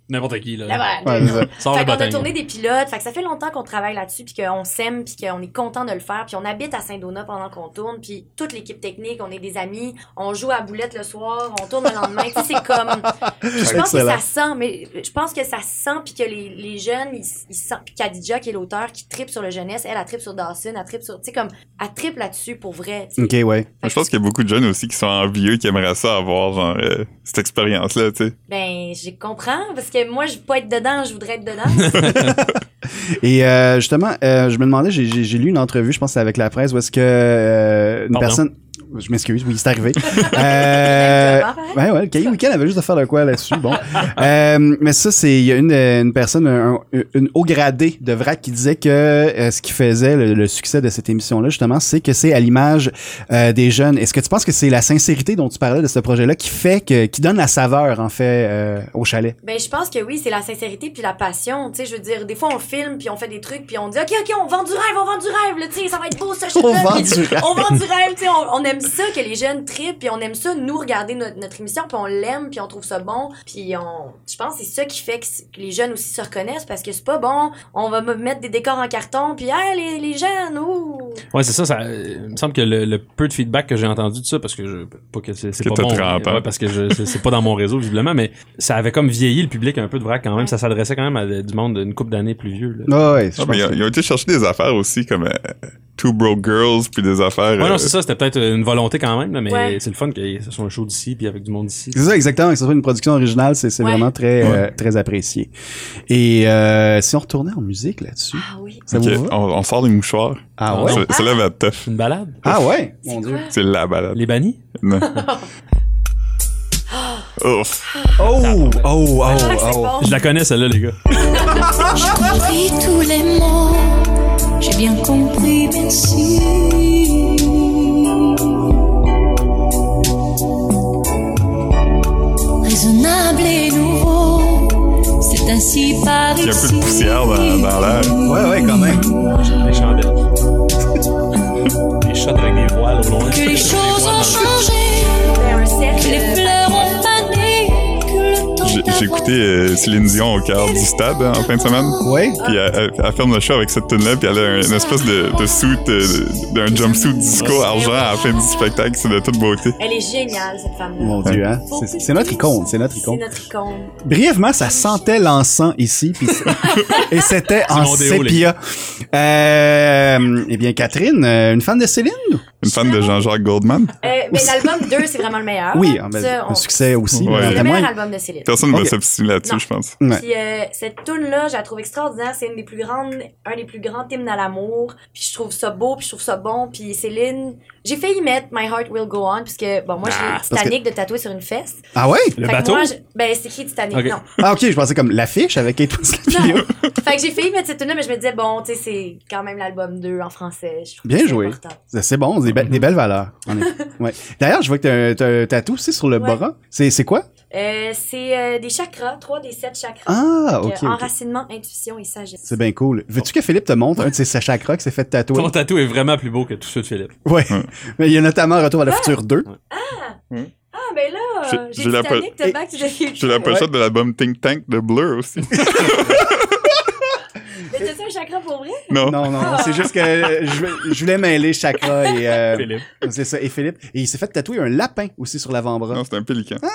N'importe qui, là.
Là, voilà,
Ouais,
deux
c'est ça.
noms.
Sors
Fait
le
qu'on a
bottin.
tourné des pilotes. Fait que ça fait longtemps qu'on travaille là-dessus, puis qu'on s'aime, puis qu'on est content de le faire, puis on habite à Saint-Donat pendant qu'on tourne, puis toute l'équipe technique, on est des amis, on joue à boulette le soir, on tourne le lendemain. Tu sais, c'est comme. Je pense que
Excellent.
ça sent, mais je pense que ça sent, puis que les, les jeunes, ils, ils sentent. Puis Khadija, qui est l'auteur, qui tripe sur le jeunesse, elle, elle tripe sur Dawson, elle tripe sur. Tu sais, comme, elle tripe là-dessus pour vrai. tu sais.
OK, ouais.
Je pense qu'il y a beaucoup de jeunes aussi qui sont envieux, qui aimeraient ça avoir, genre, euh, cette expérience-là, tu sais.
Ben, je comprends, parce que moi, je veux pas être dedans, je voudrais être dedans.
Et euh, justement, euh, je me demandais, j'ai- j'ai j'ai lu une entrevue, je pense que c'est avec la presse, où est-ce que euh, une
Pardon?
personne... Je m'excuse, oui, c'est arrivé. euh, ouais, ouais, le cahier week-end avait juste à faire de quoi là-dessus, bon. Euh, mais ça, c'est, il y a une, euh, une personne, un- une haut gradée de VRAC qui disait que euh, ce qui faisait le, le succès de cette émission-là, justement, c'est que c'est à l'image euh, des jeunes. Est-ce que tu penses que c'est la sincérité dont tu parlais de ce projet-là qui fait que, qui donne la saveur, en fait, euh, au chalet?
Ben, je pense que oui, c'est la sincérité puis la passion. Tu sais, je veux dire, des fois, on filme puis on fait des trucs puis on dit, OK, OK, on vend du rêve, on vend du rêve, là, tu sais, ça va être beau, ce shit-là.
vend
Puis
du rêve.
On vend du rêve, tu sais, on, on aime ça que les jeunes trippent puis on aime ça, nous, regarder notre, notre émission puis on l'aime puis on trouve ça bon puis on. Je pense que c'est ça qui fait que, c- que les jeunes aussi se reconnaissent parce que c'est pas bon, on va me mettre des décors en carton puis, hey, les, les jeunes, ouh.
Ouais, c'est ça, ça. euh, Il me semble que le, le peu de feedback que j'ai entendu de ça, parce que je. Pas que c'est c'est
Que
pas
t'as
bon.
trempé.
ouais, parce que je- c'est c'est pas dans mon réseau, visiblement, mais ça avait comme vieilli le public un peu de vrac quand même. Ça s'adressait quand même à de- du monde d'une couple d'années plus vieux. Là.
Ah ouais, je
Ah, mais
pense
ils,
que-
ont, ils ont été chercher des affaires aussi, comme euh, Two Broke Girls, puis des affaires.
Ouais,
euh,
non, c'est ça, c'était peut-être une volonté quand même, là, mais
Ouais.
c'est le fun que ce soit un show d'ici, puis avec du monde d'ici.
C'est ça, exactement. Que ce soit une production originale, c'est c'est
Ouais.
vraiment très, euh, très apprécié. Et euh, si on retournait en musique là-dessus,
Ah oui.
ça
ok,
vous va?
on, on sort les mouchoirs.
Ah
on-
ouais?
Non.
C'est- Celle-là va être tough.
Une balade
Ah ouais? Mon
C'est
Dieu.
quoi?
C'est la balade.
Les bannis
Non. Ouf.
Oh! Oh! Oh!
Je crois que c'est
oh.
bon.
Je la connais, celle-là, les gars.
Compris tous les mots, j'ai bien compris, merci. Raisonnable et nouveau, c'est ainsi par
Il y a un peu de
ici.
poussière dans, dans l'air.
Ouais, ouais, quand même.
Des chandelles. des shots avec des voiles au loin.
Que les choses ont changé,
Ben, un
que
cercle.
les fleurs ont fané, que le temps
J'ai j'ai écouté
avance.
euh, Céline Dion au cœur du stade hein, en fin de semaine.
Ouais.
Puis elle, elle- elle ferme le show avec cette tune là puis elle a un- une espèce de, de suit, euh, d'un jumpsuit disco argent à la fin du spectacle, c'est de toute beauté.
Elle est géniale, cette femme-là.
Mon Dieu, hein? C'est- C'est notre icône, c'est notre
C'est
icône.
notre icône.
Brièvement, ça sentait l'encens ici, puis c'est- et c'était en
mon déo, les
sépia. Euh, eh bien, Catherine, euh, une fan de Céline?
Une fan de Jean-Jacques Goldman?
Euh, mais l'album 2, c'est vraiment le meilleur.
Oui,
Ça,
ah, ben,
on-
un succès aussi.
Ouais.
mais
C'est le
à
meilleur
moins-
album de Céline.
Personne ne
Ok.
va s'obstiner là-dessus,
Non.
je pense.
Ouais.
Puis euh, cette tune là, je la trouve extraordinaire, c'est une des plus grandes un des plus grands hymnes à l'amour. Puis je trouve ça beau, puis je trouve ça bon, puis Céline, j'ai failli mettre My Heart Will Go On puisque bon moi
Ah,
j'ai Titanic de tatouer sur une fesse.
Ah ouais?
Le
Fait que
bateau?
moi, je- ben c'est écrit Titanic,
Ok.
non.
Ah ok, je pensais comme l'affiche avec Kate Winslet.
Non. fait que j'ai failli mettre cette tune là mais je me disais bon, tu sais c'est quand même l'album 2 en français, je trouve
Bien
que c'est
joué.
important.
Ça, C'est bon, des, be- des belles valeurs. en effet. Ouais. D'ailleurs, je vois que t'as un- t'as un tatou aussi sur le
Ouais.
bras. C'est c'est quoi?
Euh, c'est euh, des chakras, trois des sept chakras.
Ah,
Donc,
ok.
euh,
ok.
enracinement, intuition et sagesse.
C'est bien cool. Veux-tu que Philippe te montre un de ses chakras qui s'est fait tatouer?
Ton tatou est vraiment plus beau que tous ceux de Philippe.
Ouais. Mais il y a notamment Retour à le futur 2.
Ah ben là,
J'ai-
j'ai
j'ai la po-
Titanic de Back to the
J'ai
Future.
la pochette de l'album Think Tank de Blur aussi.
Mais t'as-tu un chakra pour vrai?
non.
Non, non, non, c'est juste que euh, je, je voulais mêler chakras et euh,
Philippe.
c'est ça et Philippe et il s'est fait tatouer un lapin aussi sur l'avant-bras.
Non, c'est un pélican.
Ah,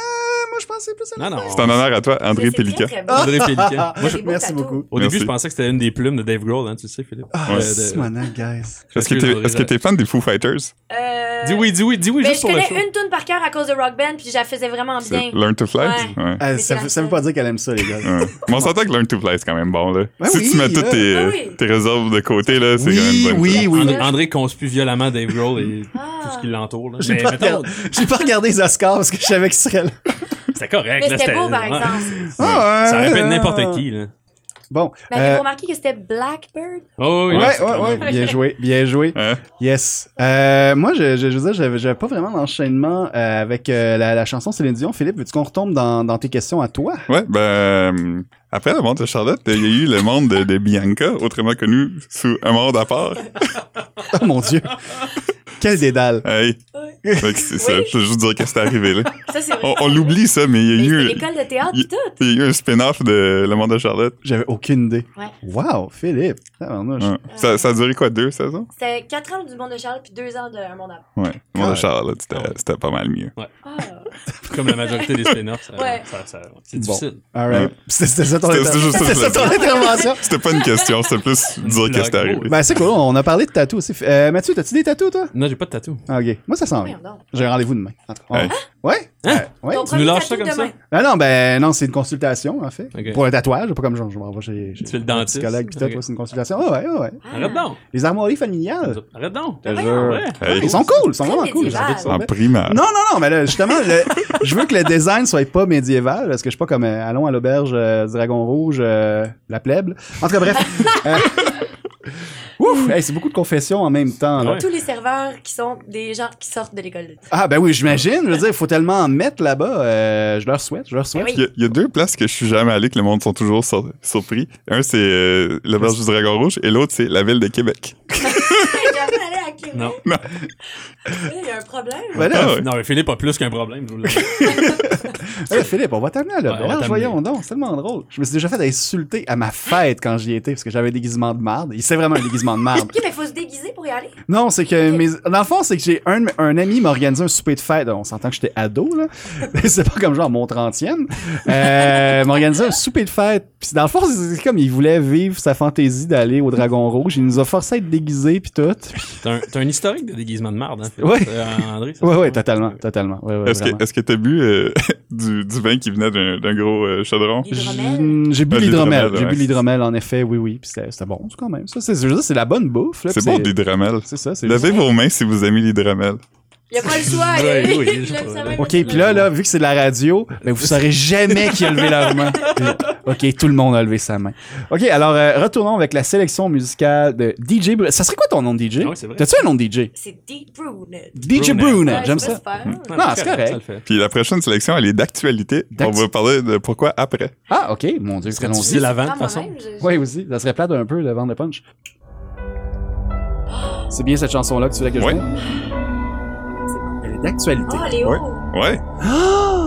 moi je pensais plus à
Non, non.
C'est en honneur à toi,
Mais
André
c'est très,
Pélican.
très beau.
André Pélican.
Moi, je-
Merci
Des beaux
beaucoup.
Au
Merci.
début, je pensais que c'était une des plumes de Dave Grohl, hein, tu le sais, Philippe.
Ah,
Euh, de-
c'est mon âme, guys.
Est-ce que
Excuse,
t'es
André,
est-ce que t'es fan des Foo Fighters?
Euh,
Dis oui, dis oui, dis oui,
ben,
juste
je
pour le show.
connais une tune par cœur à cause de Rock Band, puis je la faisais vraiment bien.
C'est Learn to Fly?
Ouais.
Ouais.
Ah,
Mais c'est
ça,
la
veut- ça veut
seule.
pas dire qu'elle aime ça, les gars.
Ouais. Mais on s'entend que Learn to Fly, c'est quand même bon, là.
Ouais,
si
oui,
tu mets toutes
là.
tes,
Ah oui.
tes réserves de côté, là, c'est quand même bon.
oui, oui.
André, André conspue violemment Dave Grohl et
Ah.
tout ce qui l'entoure. là.
J'ai
Mais
pas,
mettons,
regardé- j'ai pas regardé les Oscars parce que je savais qu'ils seraient là.
c'était correct.
Mais
là,
c'était beau, par
ouais.
exemple.
Ah,
Ça
ouais,
répète
ouais, ouais.
n'importe qui. Là.
Bon.
Mais avez
euh,
remarqué que c'était Blackbird?
Oh, oui,
Ouais,
oui,
ouais,
c'est très
ouais,
bien.
Bien joué, bien joué.
Hein?
Yes. Euh, moi, je, je, je veux dire, j'avais, j'avais pas vraiment d'enchaînement euh, avec euh, la, la chanson Céline Dion. Philippe, veux-tu qu'on retombe dans, dans tes questions à toi?
Ouais, ben. euh, Après le monde de Charlotte, il y a eu le monde de, de Bianca, autrement connu sous un monde à part.
Oh mon Dieu. Quel dédale.
Hey.
Ouais.
Fait que c'est ça.
Oui.
Je veux juste dire que c'est arrivé, là.
Ça, c'est vrai.
On, on l'oublie, ça, mais il y
Mais
a
c'était
eu,
l'école de théâtre,
Oh, il-
puis tout.
il y a eu un spin-off de Le monde de Charlotte.
J'avais aucune idée.
Ouais.
Wow, Philippe. Tabarnouche.
Ouais. Ça, ça a duré quoi, deux saisons?
C'était 4 ans du monde de Charles, puis 2 ans de Un monde à
Ouais. Le monde
Ouais.
de Charlotte, c'était- c'était pas mal mieux.
Ah.
Comme la majorité des spin-offs. ça-
Ouais.
ça- ça- C'est
Bon.
difficile.
All right.
Ouais.
C'était, c'était ça ton,
C'était-
inter-
c'était juste
c'était
ça.
ça ton intervention.
C'était pas une question, c'était plus dire que c'était arrivé.
Ben, c'est cool. On a parlé de tatou aussi. Euh, Mathieu, t'as-tu des tatous, toi?
Non, j'ai pas de tatou.
Ah, ok. Moi, ça sent bien.
Voyons donc.
J'ai un rendez-vous demain. En tout cas, on-
Hey.
Ouais?
Hein?
Euh, ouais.
Ton
tu
premier
nous lâches
tatou
ça comme ça?
demain.
Ah non, ben non, c'est une consultation, en fait.
Ok.
Pour un tatouage, pas comme genre, je m'en vais chez, chez
Tu fais le
un
dentiste.
psychologue, pis tout,
Ok.
ouais, c'est une consultation. Ah ouais, ouais, ouais.
Arrête donc.
Les armoiries familiales.
Arrête donc.
Ah.
Ah
Je te
voyons,
jure.
ouais.
Ouais,
Hey.
Ils sont cool, ils sont
Très
vraiment cool.
médiéval.
j'en fais ça.
En primaire.
Non, non, non, mais là, justement, le- je veux que le design soit pas médiéval, parce que je suis pas comme euh, Allons à l'auberge euh, du Dragon Rouge, euh, la plèbe. En tout cas, bref. Euh, Ouf, hey, c'est beaucoup de confessions en même temps. là.
Ouais.
Ah, Tous les serveurs qui sont des gens qui sortent de l'école de théâtre.
Ah ben oui, j'imagine. Je veux dire, il faut tellement en mettre là-bas. euh, je leur souhaite, je leur souhaite.
Ben
Il y, a, il y a deux places que je suis jamais allé que le monde sont toujours sur- surpris. Un, c'est euh, l'auberge du Dragon Rouge et l'autre, c'est la ville de Québec.
Hey, Jamais allé à Québec.
Non.
Il y a un problème.
Ben là,
Ah ouais.
Non, mais Philippe a plus qu'un problème. je vous le dis.
Hey, Eh, Philippe, on va t'amener à
Ouais, on va
l'auberge,
t'amener.
voyons donc, c'est tellement drôle. Je me suis déjà fait insulter à ma fête quand j'y étais, parce que j'avais un déguisement de marde. Il c'est vraiment un déguisement de marde.
Ok, mais faut se déguiser pour y aller.
Non, c'est que mes... Dans le fond, c'est que j'ai un, de mes- un ami m'a organisé un souper de fête. On s'entend que j'étais ado, là. c'est pas comme genre mon 30e. Euh, m'a organisé un souper de fête. Puis dans le fond, c'est c'est comme il voulait vivre sa fantaisie d'aller au Dragon Rouge. Il nous a forcé à être déguisés, puis tout.
T'as un, t'as un historique de déguisement de marde, hein, Philippe.
Ouais.
Euh, André, ça-
Ouais, ouais, totalement, totalement. Ouais, ouais,
Est-ce que
vraiment.
est-ce que t'as bu euh, du, du vin qui venait d'un d'un gros euh, chaudron?
L'hydromel.
J'ai- J'ai bu
Ah,
l'hydromel.
l'hydromel,
J'ai bu
ouais.
l'hydromel, en effet, oui, oui. Puis c'était c'était bon, c'est quand même. Ça, c'est je veux dire, c'est la bonne bouffe. là,
C'est
puis
bon, des dramels.
C'est ça, c'est
Lavez vos mains si vous aimez l'hydromel.
Il n'y a pas le choix.
Ouais,
il-
oui,
il
je
l'a
crois.
observé.
OK, puis là, là, vu que c'est de la radio, ben, vous saurez jamais qui a levé leur main. OK, tout le monde a levé sa main. OK, alors, euh, retournons avec la sélection musicale de DJ Brune. Ça serait quoi ton nom de DJ?
Ah oui, c'est vrai.
T'as-tu un nom de DJ?
C'est Deep Brune.
DJ
Brune.
Brune,
Ouais,
j'aime
c'est pas
ça.
super.
Non,
Non, c'est correct.
ça le fait.
Puis la prochaine sélection, elle est d'actualité. On
D'actu-
va parler de pourquoi après.
Ah, OK, mon Dieu,
Ce serait
allons-y.
difficile
Ah,
avant, de toute
moi-même,
façon.
je- je-
Oui, aussi. Ça serait plate un peu de vendre le punch. C'est bien cette chanson-là que tu voulais que je
Ouais.
joue? Elle est d'actualité.
Oh, Léo.
Ouais. Ouais.
Ah!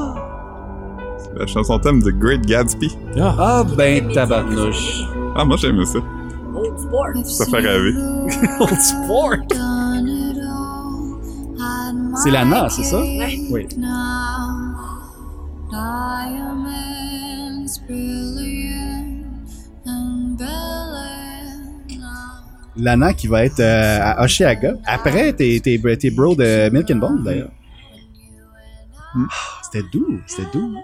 C'est La chanson thème de Great Gatsby.
Ah,
Ah
Mais
ben
dis-
tabarnouche.
Ah, moi j'aime ça.
Old Oh, sport.
Ça fait rêver.
Old sport. C'est Lana, c'est ça? Oui. Lana qui va être euh, à Oshiaga. Après, t'es, t'es, t'es bro de Milk and Bone, d'ailleurs. Ah, C'était doux, c'était doux.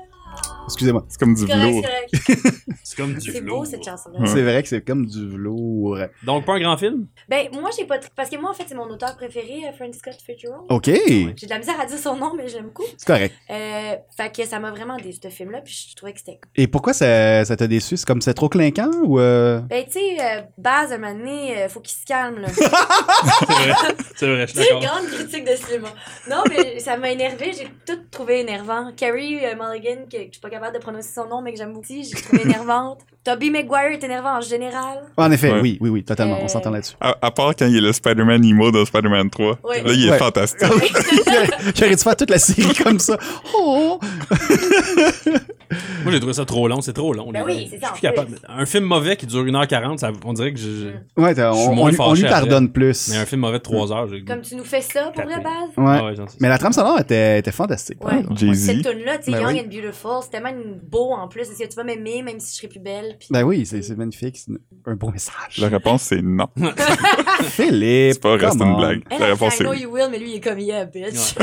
Excusez-moi.
C'est comme du
C'est correct, c'est
velours.
correct.
C'est comme du
C'est beau
velours.
cette chanson-là.
Ouais.
C'est vrai que c'est comme du velours.
Donc, pas un grand film?
Ben, moi, j'ai pas. tr- Parce que moi, en fait, c'est mon auteur préféré, euh, Francis Scott Fitzgerald.
OK, c'est
J'ai de la misère à dire son nom, mais je l'aime beaucoup.
correct.
Euh, fait que ça m'a vraiment aidé, ce film-là, puis je trouvais que c'était.
Et pourquoi ça, ça t'a déçu? C'est comme c'est trop clinquant ou... euh,
Ben, tu sais, euh, Baz, à un moment donné, euh, faut qu'il se calme, là.
C'est vrai, c'est vrai, je suis
C'est une
d'accord.
grande critique de cinéma. Non, mais ça m'a énervé, j'ai tout trouvé énervant. Carrie euh, Mulligan, que que je suis pas capable de prononcer son nom, mais que j'aime beaucoup, j'ai trouvé énervante. Toby Maguire est énervant en général.
En effet,
Ouais.
oui, oui, oui, totalement.
Euh,
On s'entend là-dessus.
À, à part quand il est le Spider-Man Imo dans Spider-Man 3.
Ouais.
Là, il est
Ouais.
Ah
fantastique.
J'aurais dû faire toute la série comme ça. Oh!
Moi, j'ai trouvé ça trop long. C'est trop long. les
Ben oui,
gars.
c'est ça,
Je suis
en
plus capable. Un film mauvais qui dure 1h40, ça- on dirait que je... je-
Mm.
Ouais, t'as-
Je suis
on,
moins
on lui- on lui
fâché après.
pardonne plus.
Mais un film mauvais de 3 heures, j'ai...
Comme tu nous fais ça, pour vrai, Baz?
Mm. Ouais.
Ah ouais, genre, c'est-
Mais la trame sonore était, était fantastique.
Ouais.
Jay-Z.
Cette tune-là, tu sais,
Ah, Ben
Young
oui.
and Beautiful, c'est tellement une- beau en plus. Est-ce que tu vas m'aimer, même si je serai plus belle? Puis...
Ben oui, c'est c'est magnifique. C'est un beau message.
La réponse, c'est non.
Philippe,
C'est pas reste
come
une
on.
blague.
Elle
La
a fait
réponse,
I
c'est
know
oui.
you will, mais lui, il est comme yeah, bitch.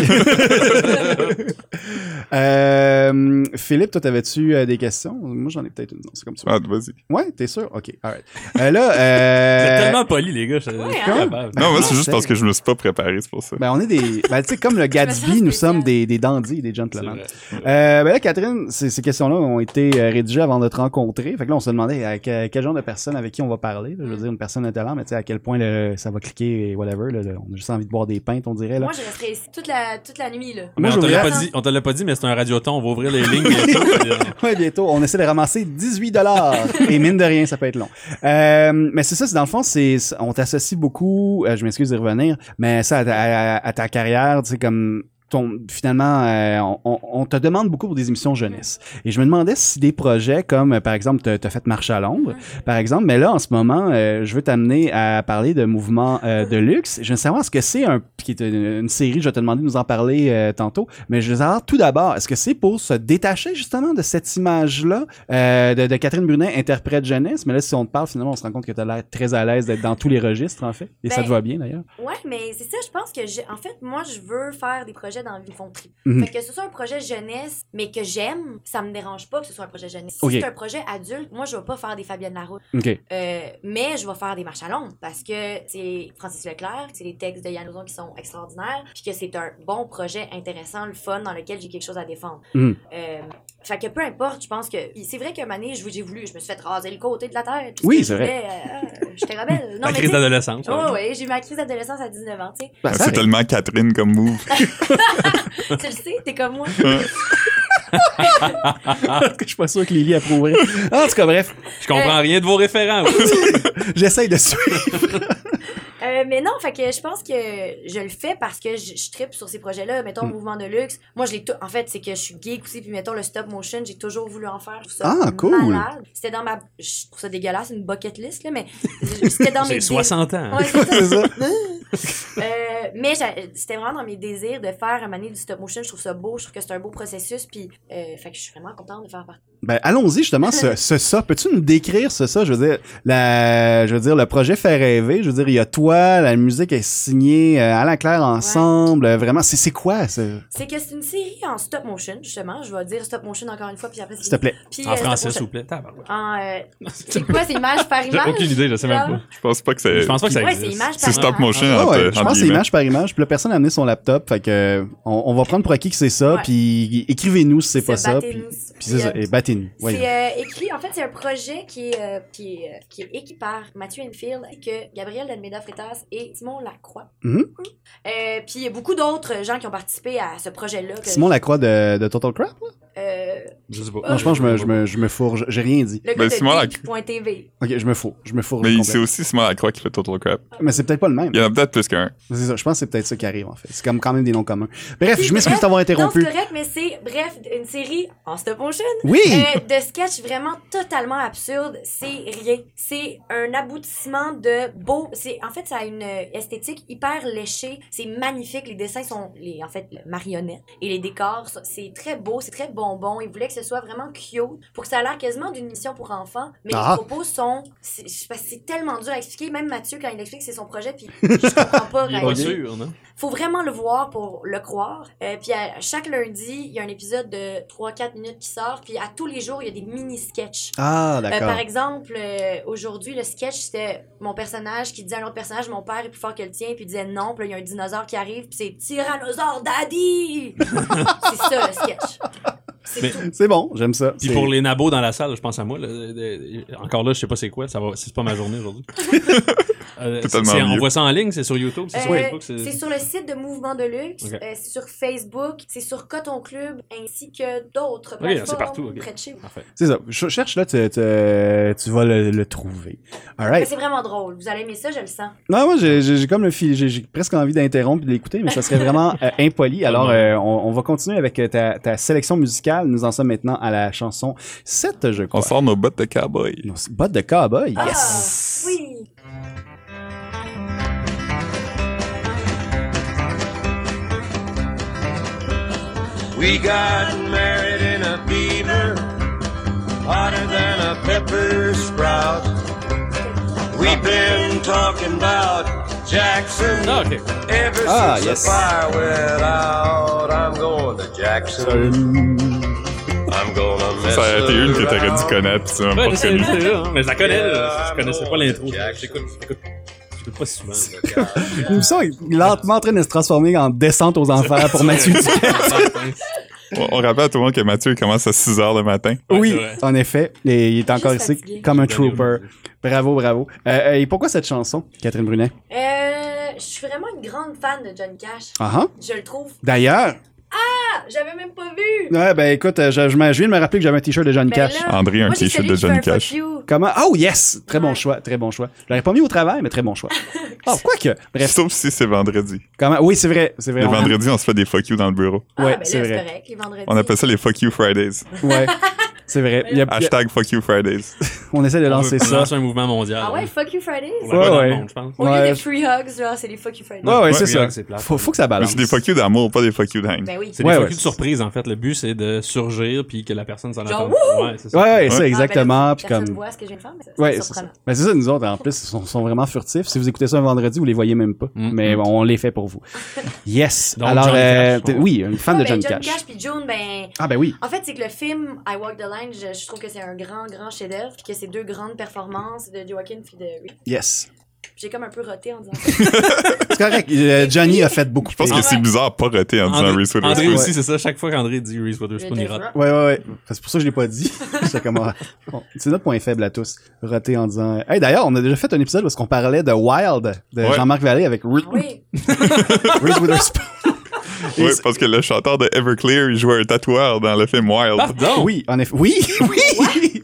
Euh, Philippe, toi, t'avais-tu euh, des questions? Moi, j'en ai peut-être une. Non, c'est comme ça.
Ah, vas-y.
Ouais, t'es sûr? OK, all right. Euh, là, euh,
C'est tellement poli, les gars. Je je suis
Ouais,
plus
hein?
capable.
Non, moi, c'est
non,
juste
Ah, c'est-
parce que je me suis pas préparé, c'est pour ça.
Ben, on est des... Ben, tu sais, comme le Gatsby, nous sommes des, des dandies, des
C'est
gentlemen.
vrai.
Euh, ben là, Catherine, ces, ces questions-là ont été euh, rédigées avant de te rencontrer. Fait que là, on se demandait à que- quel genre de personne avec qui on va parler. là. Je veux dire, une personne de talent, mais tu sais, à quel point le- ça va cliquer et whatever. là, là. on a juste envie de boire des pintes, on dirait. Là.
Moi, je resterai ici toute la, toute la nuit, là.
Mais
Moi,
on te l'a
j'ouvrais-
pas dit, on te l'a pas dit, mais c'est un radioton. On va ouvrir les lignes bientôt. puis euh, on-
Ouais, bientôt. On essaie de ramasser 18 dollars. Et mine de rien, ça peut être long. Euh, mais c'est ça, c'est dans le fond, c'est, c'est- on t'associe beaucoup, euh, je m'excuse d'y revenir, mais ça, à, ta- à- à ta carrière, tu sais, comme, ton, finalement, euh, on, on- on te demande beaucoup pour des émissions jeunesse. Et je me demandais si des projets comme, euh, par exemple, t'as, t'as fait Marche à Londres, par exemple, mais là, en ce moment, euh, je veux t'amener à parler de mouvements euh, de luxe. Je veux savoir ce que c'est, un, qui est une, une série, je vais te demander de nous en parler euh, tantôt, mais je veux savoir tout d'abord, est-ce que c'est pour se détacher justement de cette image-là euh, de, de Catherine Brunet, interprète jeunesse? Mais là, si on te parle, finalement, on se rend compte que tu as l'air très à l'aise d'être dans tous les registres, en fait. Et ça
Ben-
te va bien, d'ailleurs.
Ouais, mais c'est ça, je pense que j'ai. En fait, moi, je veux faire des projets dans le fond tri.
Mhm.
Fait que ce soit un projet jeunesse, mais que j'aime, ça me dérange pas que ce soit un projet jeunesse.
Ok.
Si c'est un projet adulte, moi, je vais pas faire des Fabienne Larousse.
OK.
Euh, mais je vais faire des marches à Londres parce que c'est Francis Leclerc, c'est les textes de Yann Lozon qui sont extraordinaires, puis que c'est un bon projet intéressant, le fun, dans lequel j'ai quelque chose à défendre.
Mhm.
Euh, fait que peu importe, je pense que. puis C'est vrai que Mané, j'ai voulu, je me suis fait raser le côté de la tête.
Oui,
Je
c'est vrai.
voulais, euh, euh, J'étais rebelle. Non,
La
mais
crise
tu sais-
d'adolescence. ouais.
Oh, ouais, j'ai eu ma crise d'adolescence à 19 ans, tu sais.
Ben, ça
C'est
arrive.
tellement Catherine comme move.
tu le sais, t'es comme moi.
Je suis pas sûr que Lily approuverait. En tout cas, bref,
Je comprends rien de vos référents. oui.
j'essaye de suivre.
Euh, mais non, fait que je pense que je le fais parce que je, je tripe sur ces projets-là. Mettons, mouvement de luxe. Moi, je l'ai tout. En fait, c'est que je suis geek aussi. Puis, mettons, le stop motion, j'ai toujours voulu en faire. Je trouve ça
Ah, cool.
malade. C'était dans ma. Je trouve ça dégueulasse, une bucket list, là, mais c'était dans mes.
J'ai
désirs.
60 ans. hein.
Ouais, c'est ça.
C'est ça.
Euh, mais j'a- c'était vraiment dans mes désirs de faire à manier du stop motion. Je trouve ça beau. Je trouve que c'est un beau processus. Puis, euh, fait que je suis vraiment contente de faire partie.
Ben, allons-y justement, ce, ce ça. Peux-tu nous décrire ce ça? Je veux dire, la, je veux dire, le projet fait rêver. Je veux dire, il y a toi, la musique est signée, euh, Alain Claire ensemble. euh, Vraiment, c'est, c'est quoi, ce-
C'est que c'est une série en stop motion, justement. Je vais dire stop motion encore une fois. Puis après, c'est
s'il te plaît?
Puis, euh,
En
stop
français,
motion.
s'il vous plaît. Tabarouette.
En, euh, c'est quoi, c'est image par
J'ai
image?
aucune idée, je sais même pas.
Je pense pas que c'est.
Je pense pas que ça
Ouais,
existe.
c'est image par
C'est stop
image.
motion.
Ah
entre-
ouais, je
entre
pense que c'est
guillemets.
image par image. Puis la personne a amené son laptop. Fait que, euh, on, on va prendre pour acquis que c'est ça.
Ouais.
Puis écrivez-nous si c'est
Se
pas ça.
battre
Puis,
nous.
puis c'est ça.
euh,
Et battez-nous. Voyons.
c'est euh, écrit, en fait, c'est un projet qui est, euh, qui, est, euh, qui est écrit par Mathieu Enfield, que Gabriel Almeida Freitas et Simon Lacroix.
Mhm.
Euh, puis il y a beaucoup d'autres gens qui ont participé à ce projet-là. que-
Simon Lacroix de, de Total Crap? là?
euh,
Je sais pas.
Non, je pense que je me, je me, je me fourre. J'ai rien dit.
le gars
Ben,
de
Simon
geek.tv.
Ok, je me fourre. Je me fourre.
Mais il- c'est
complètement.
aussi Simon Lacroix qui fait Total Crap.
Mais c'est peut-être pas le même.
Il y en a peut-être plus qu'un.
C'est ça, je pense que c'est peut-être ça qui arrive en fait. C'est comme quand même des noms communs. Bref, je m'excuse
Bref,
d'avoir
Non,
interrompu.
c'est correct, mais c'est, bref, une série Oh, en stop motion
Oui,
Euh, de sketch vraiment totalement absurde, c'est rien. C'est un aboutissement de beau. C'est en fait ça a une euh, esthétique hyper léchée. C'est magnifique. Les dessins sont les en fait marionnettes et les décors, ça- c'est très beau, c'est très bonbon. Ils voulaient que ce ce soit vraiment cute, pour que ça a l'air quasiment d'une mission pour enfants, mais
Ah.
les propos sont. C'est je sais pas, c'est tellement dur à expliquer. Même Mathieu, quand il explique, c'est son projet, puis je comprends pas.
Il est
Ryan
pas sûr, non?
faut vraiment le voir pour le croire. Euh, puis à chaque lundi, il y a un épisode de 3-4 minutes qui sort. Puis à tous les jours, il y a des mini-sketchs.
Ah,
Euh,
d'accord.
par exemple, euh, aujourd'hui, le sketch, c'était mon personnage qui disait à l'autre personnage, mon père est plus fort que le tien, puis il disait non, puis là, il y a un dinosaure qui arrive, puis c'est Tyrannosaure Daddy! c'est ça, le sketch. C'est
Mais-
tout.
c'est bon, j'aime ça.
Puis
C'est-
pour les nabos dans la salle, je pense à moi. là, de- de- encore là, je sais pas c'est quoi. Ça va, c'est pas ma journée aujourd'hui. Euh, c'est-
Totalement
c'est- on
mieux.
voit ça en ligne, c'est sur YouTube, c'est sur
Euh,
Facebook. c'est-
c'est sur le site de Mouvement de Luxe,
Ok.
euh, c'est sur Facebook, c'est sur Coton Club, ainsi que d'autres
c'est
plateformes
partout, ok.
près de chez vous.
Parfait.
C'est ça. Ch- cherche là, tu, tu- tu vas le, le trouver. All
Mais
right.
C'est vraiment drôle. Vous allez aimer ça, je le sens.
Non, moi, j'ai j'ai- j'ai comme le fil, j'ai j'ai presque envie d'interrompre et de l'écouter, mais ça serait vraiment euh,
Ah
impoli. Alors, euh, on, on va continuer avec euh, ta, ta sélection musicale. Nous en sommes maintenant à la chanson 7, je
On
crois.
sort nos bottes de cowboy.
Nos bottes de cowboy. Yes.
Ah, oui.
We got married in a beaver, hotter than a pepper sprout. We've been talking about Jackson
Ah, ok.
ever
Ah,
since
yes.
the fire went out. I'm going to Jackson. I'm gonna mess
Ça aurait été une que t'aurais dû
around.
connaître, pis tu l'as même
Euh, Ouais,
pas
je sais,
reconnu.
je sais, hein, mais je la connais, là.
Yeah,
Je connaissais pas l'intro.
Jackson.
J'écoute, j'écoute, j'écoute pas souvent. là.
Nous sommes lentement en train de se transformer en descente aux enfers pour Mathieu Duquet.
On, on rappelle à tout le monde que Mathieu commence à 6 h le matin.
Ouais,
Oui,
c'est vrai.
en effet. Et il est encore
Juste
ici
fatigué.
comme un trooper. Bravo, bravo. Euh, euh, et pourquoi cette chanson, Catherine Brunet?
Euh, je suis vraiment une grande fan de John Cash.
Ah, ah.
Je le trouve.
D'ailleurs,
Ah, j'avais même pas vu.
ouais, ben écoute, euh, je, je me- je viens de me rappeler que j'avais un t-shirt de Johnny
Ben
Cash.
là,
André, un
moi, j'ai
t-shirt
celui
de
qui fait
Johnny
un fuck
Cash.
you.
Comment? Oh yes! Très bon
Ouais.
choix, très bon choix. Je l'aurais pas mis au travail, mais très bon choix. Ah, quoi que. Bref,
Sauf si c'est vendredi.
comment? Oui, c'est vrai, c'est vrai.
Le
on-
vendredi, on se fait des fuck you dans le bureau.
Ah,
Ouais,
ben là,
c'est vrai.
correct, les vendredis.
On appelle ça les fuck you Fridays.
Ouais, c'est vrai. Il y a- il y a-
Hashtag fuck you Fridays.
on essaie de lancer
On
ça.
lance un mouvement mondial.
Ah ouais,
hein.
fuck you Fridays.
On la voit dans le
Ouais,
monde, je pense.
Au
Ouais.
lieu de free hugs, genre, c'est les fuck you Fridays.
Ouais, ouais,
Ouais,
c'est
mais
ça.
là, c'est plate.
Faut, faut que ça
Mais
balance.
c'est des fuck you d'amour, pas des fuck you de haine.
Ben oui.
C'est des
Ouais,
fuck
ouais.
you de surprise, en fait. Le but, c'est de surgir, puis que la personne s'en
Genre,
attende. Ouais, c'est ça.
Ouais, ouais, ça,
Ouais.
exactement. Puis
Ah, ben Personne
comme.
voit ce que je viens de faire, mais ça, c'est
Ouais, c'est ça.
surprenant.
Mais c'est ça, nous autres, en plus, ils sont, sont vraiment furtifs. Si vous écoutez ça un vendredi, vous les voyez même pas.
Mm.
Mais bon, on les fait pour vous. Yes!
Donc,
Alors,
Johnny
euh,
Cash,
t'es-
ouais.
oui, une fan
Ah,
de
ben,
Johnny
John
Cash.
Cash puis June, ben,
Ah, ben oui.
En fait, c'est que le film I Walk the Line, je, je trouve que c'est un grand, grand chef-d'œuvre, puis que c'est deux grandes performances de Joaquin puis de Reed.
Yes.
J'ai comme un peu roté en disant ça.
C'est correct. Euh, Johnny a fait beaucoup
Je pense
pire.
que c'est bizarre pas roter en disant
André,
Reese Witherspoon.
André
Ouais.
aussi, c'est ça. Chaque fois qu'André dit Reese Witherspoon, il rate.
Ouais, ouais, ouais. C'est pour ça que je l'ai pas dit. C'est comme, ah, bon, c'est notre point faible à tous. Roter en disant. Hey, d'ailleurs, on a déjà fait un épisode parce qu'on parlait de Wild de
Ouais.
Jean-Marc Vallée avec Re-
Ah Oui,
Reese Witherspoon. Et
Oui,
c'est-
parce que le chanteur de Everclear, il jouait un tatoueur dans le film Wild.
Pardon!
Oui, en effet. Oui, oui.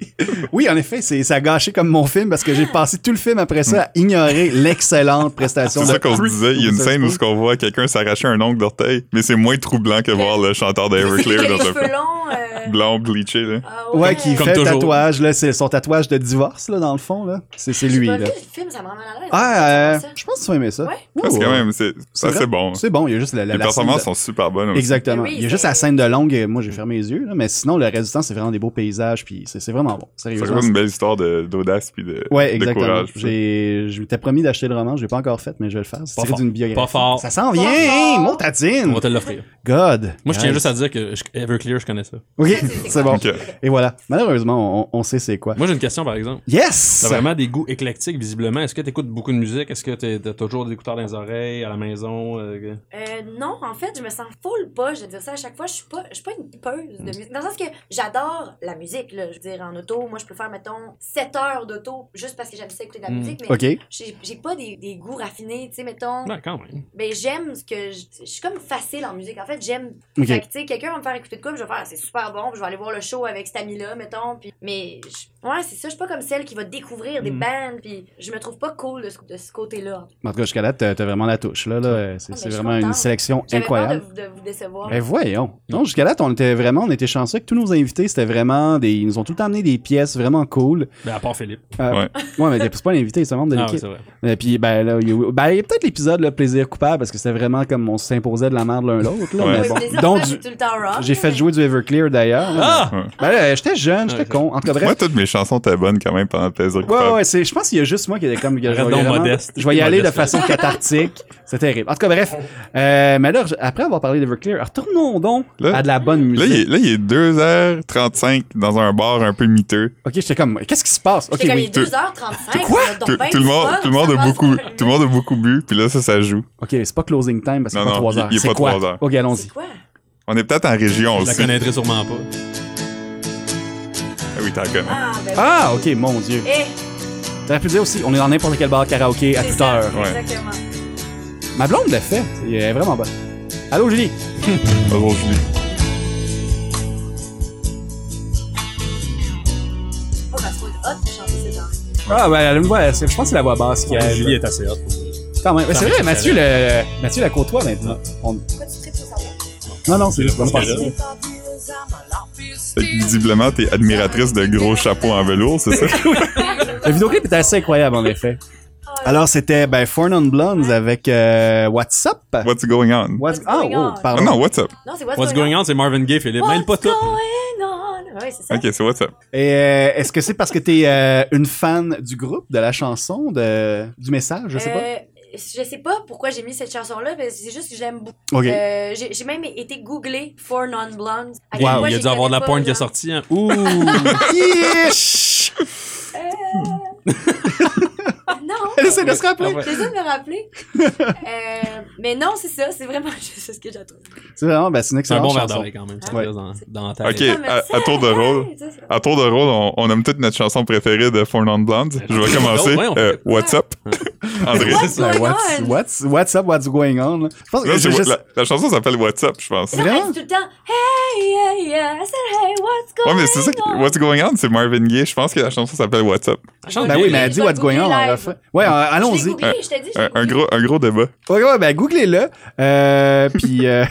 Oui, en effet, c'est, ça a gâché comme mon film parce que j'ai passé tout le film après ça à ignorer l'excellente prestation
C'est
de
ça qu'on se
Reese
disait. Il y a une scène où
Witherspoon.
ce qu'on voit quelqu'un s'arracher un ongle d'orteil, mais c'est moins troublant que voir le chanteur de
c'est qu'il
Everclear
a
dans
les
un
cheveux
film.
longs. euh,
Blond, bleaché, là.
ah
Ouais, qui
Comme
fait le
toujours.
tatouage, là, c'est son tatouage de divorce, là, dans le fond, là. C'est, c'est
J'ai
lui,
pas
là.
vu le film, ça me rend mal à l'aise.
Ah, euh,
Ça, ça.
je pense que tu vas aimer ça.
Ouais.
Parce que
Ouais,
quand
ouais.
même, c'est ça,
vrai.
c'est bon.
C'est bon, il y a juste la, la,
Les
la scène
performances
de-
sont super bonnes. aussi.
Exactement.
Mais oui,
il y a juste
c'est-
la scène de longue, euh, moi j'ai fermé les yeux, là, mais sinon le reste du temps, c'est vraiment des beaux paysages, puis c'est, c'est vraiment bon.
C'est
Sérieusement.
vraiment une belle histoire de- d'audace puis de,
Ouais,
de
exactement.
courage.
J'ai, je m'étais promis d'acheter le roman, je l'ai pas encore fait, mais je vais le faire. C'est
Pas
tiré
fort.
d'une biographie.
Pas fort.
Ça s'en vient,
Pas
hein,
fort.
mon
On
tatine.
va te l'offrir.
God.
Moi, je tiens
Nice.
juste à dire que je- Everclear, je connais ça.
Ok,
c'est- c'est
c'est bon.
Ok.
Et voilà. Malheureusement, on, on sait c'est quoi.
Moi, j'ai une question, par exemple.
Yes!
T'as vraiment des goûts éclectiques, visiblement. Est-ce que t'écoutes beaucoup de musique? Est-ce que t'es- t'as toujours des écouteurs dans les oreilles, à la maison? euh, que-
Euh, non, en fait, je me sens full pas. Je veux dire ça à chaque fois. Je suis pas, je suis pas une hippeuse de musique. Dans le sens que j'adore la musique, là. Je veux dire, en auto, moi, je peux faire, mettons, 7 heures d'auto juste parce que j'aime ça écouter de la
Mm.
musique. Mais
Ok.
j'ai j'ai pas des, des goûts raffinés, tu sais, mettons.
Ouais, quand même.
Ben, j'aime ce que je. Je suis comme facile en musique. En fait, j'aime.
Ok.
Fait que, tu sais, quelqu'un va me faire écouter de quoi, puis je vais faire, Ah, c'est super bon, puis je vais aller voir le show avec cet ami-là, mettons. Puis, mais, je- ouais, c'est ça. Je suis pas comme celle qui va découvrir des
Mm.
bands, puis je me trouve pas cool de ce, de ce côté-là. en tout cas.
En tout cas, jusqu'à là, t'as, t'as vraiment la touche. Là, là, euh,
Ah,
c'est,
ben,
c'est
je suis
vraiment une
contente.
sélection
J'avais peur de,
incroyable.
vous- de vous décevoir.
Mais voyons. Non, jusqu'à là, on était vraiment, on était chanceux que tous nos invités, c'était vraiment des, ils nous ont tout le temps amené des pièces vraiment cool.
Ben, à part Philippe.
Ouais, mais c'est pas l'invité, c'est un membre de
Ah,
l'équipe.
ouais, c'est vrai.
Et puis, ben, là, il y a, ben, il y a peut-être l'épisode, le plaisir coupable, parce que c'était vraiment comme on s'imposait de la merde l'un l'autre, là.
Ouais.
mais
Oui,
bon.
plaisir,
Donc,
ça,
du-
c'est tout le temps rock,
j'ai fait
mais-
jouer du Everclear, d'ailleurs.
Ah!
Ben, euh, j'étais jeune, j'étais
Ouais,
con. En tout cas, bref.
Moi, toutes mes chansons étaient bonnes quand même pendant Plaisir
Ouais,
coupable.
ouais, c'est, je pense qu'il y a juste moi qui était comme. je vais
Arrête donc,
vraiment-
modeste.
Je vais y aller de
Modeste.
façon cathartique. C'est terrible. En tout cas, bref. Euh, mais là, je- après avoir parlé d'Everclear, retournons donc
Là-
à de la bonne musique.
Là, il est, là, il est 2h35 dans un bar un peu miteux.
Ok, j'étais comme, qu'est-ce qui se passe? Ok,
J'étais comme,
oui.
il est 2h35.
Quoi?
ça va donc
Tout,
bien
tout le
du
monde,
fun,
tout, le monde
ça
a
passe
beaucoup,
pas.
tout le monde a beaucoup bu, puis là, ça, ça joue.
Ok, c'est pas closing time parce que c'est
Non,
pas
non,
3
il-
heures.
il est
C'est
pas
quoi?
trois heures.
Ok,
C'est
allons-y.
quoi?
On est peut-être en région
Je la
aussi.
connaîtrais sûrement pas.
Ah oui, t'en connais.
Ah, ben oui.
Ah, ok, mon dieu.
Eh,
T'aurais pu dire aussi, on est dans n'importe quel bar karaoké à
c'est
toute
ça,
heure.
ouais.
Exactement.
Ma blonde l'a fait. Elle est vraiment bonne. Allô, Julie?
Bonjour, Julie.
Pas parce qu'on est hot de chanter ces gens.
Ah, ben, elle me voit, c'est- je pense que c'est la voix basse qui a.
Julie est assez haute.
Quand même. Mais
Ça
c'est vrai,
m'étonne.
Mathieu, le, Mathieu la côtoie maintenant. On-
Pourquoi tu tripes sur sa voix?
Non, non, c'est juste bonne
Parce que
pensée.
là-
Fait que visiblement, t'es admiratrice de gros chapeaux en velours, c'est ça?
Le vidéoclip était assez incroyable, en effet.
Ah,
Alors, c'était ben, Foreign on Blondes avec euh, What's Up?
What's going on?
What's
What's- Ah,
going
oh,
on?
Ah
pardon.
non, what's up?
Non, c'est What's,
What's going on, c'est Marvin Gaye, Philippe. Mêle pas
What's
tout.
going on? Ouais, c'est ça.
Ok, c'est what's up.
Et euh, est-ce que c'est parce que t'es euh, une fan du groupe, de la chanson, de, du message? Je sais pas.
Euh, je sais pas pourquoi j'ai mis cette chanson-là, mais c'est juste que je l'aime beaucoup.
OK.
Euh, j'ai j'ai même été googlé for non-blondes. À
Il
quel
y a-
point
il y a
j'y
dû avoir de la
connais pas,
porn qui est
genre.
sortie. Hein. Ouh!
Yeesh!
Non!
Elle essaie de se
Ah
rappeler.
J'ai juste de me rappeler. Euh, mais non, c'est ça, c'est vraiment juste ce que j'ai trouvé.
C'est vraiment, ben, c'est une
C'est un
excellente
bon verre
chanson.
d'oreille quand même. Ça
Ouais.
reste dans, dans la tête.
Ok, à, à tour de rôle. À tour de rôle, on, on nomme toute notre chanson préférée de Four Non Blondes. Je vais commencer.
Ouais, on fait-
Euh, what's up? André.
What's
Là,
going
Euh, what's,
on?
what's, what's up, what's going on? là? Je pense que
c'est
j'ai
what-
juste...
la, la chanson s'appelle What's up, je pense.
Non,
Ouais,
elle dit tout le temps Hey, yeah, yeah. I said, hey, what's going
mais c'est ça. que-
on?
What's going on? C'est Marvin Gaye. Je pense que la chanson s'appelle What's up.
Ça chante
Ben
bien.
oui, mais elle dit
Je vais
What's going on,
googler
on l'a
live.
fait. Ouais,
Je
euh,
l'ai
allons-y.
googlé, je t'ai dit. je l'ai
Un, un
googlé.
gros, un gros débat.
Ouais, ouais, ben, googlez-le. Euh, puis, euh,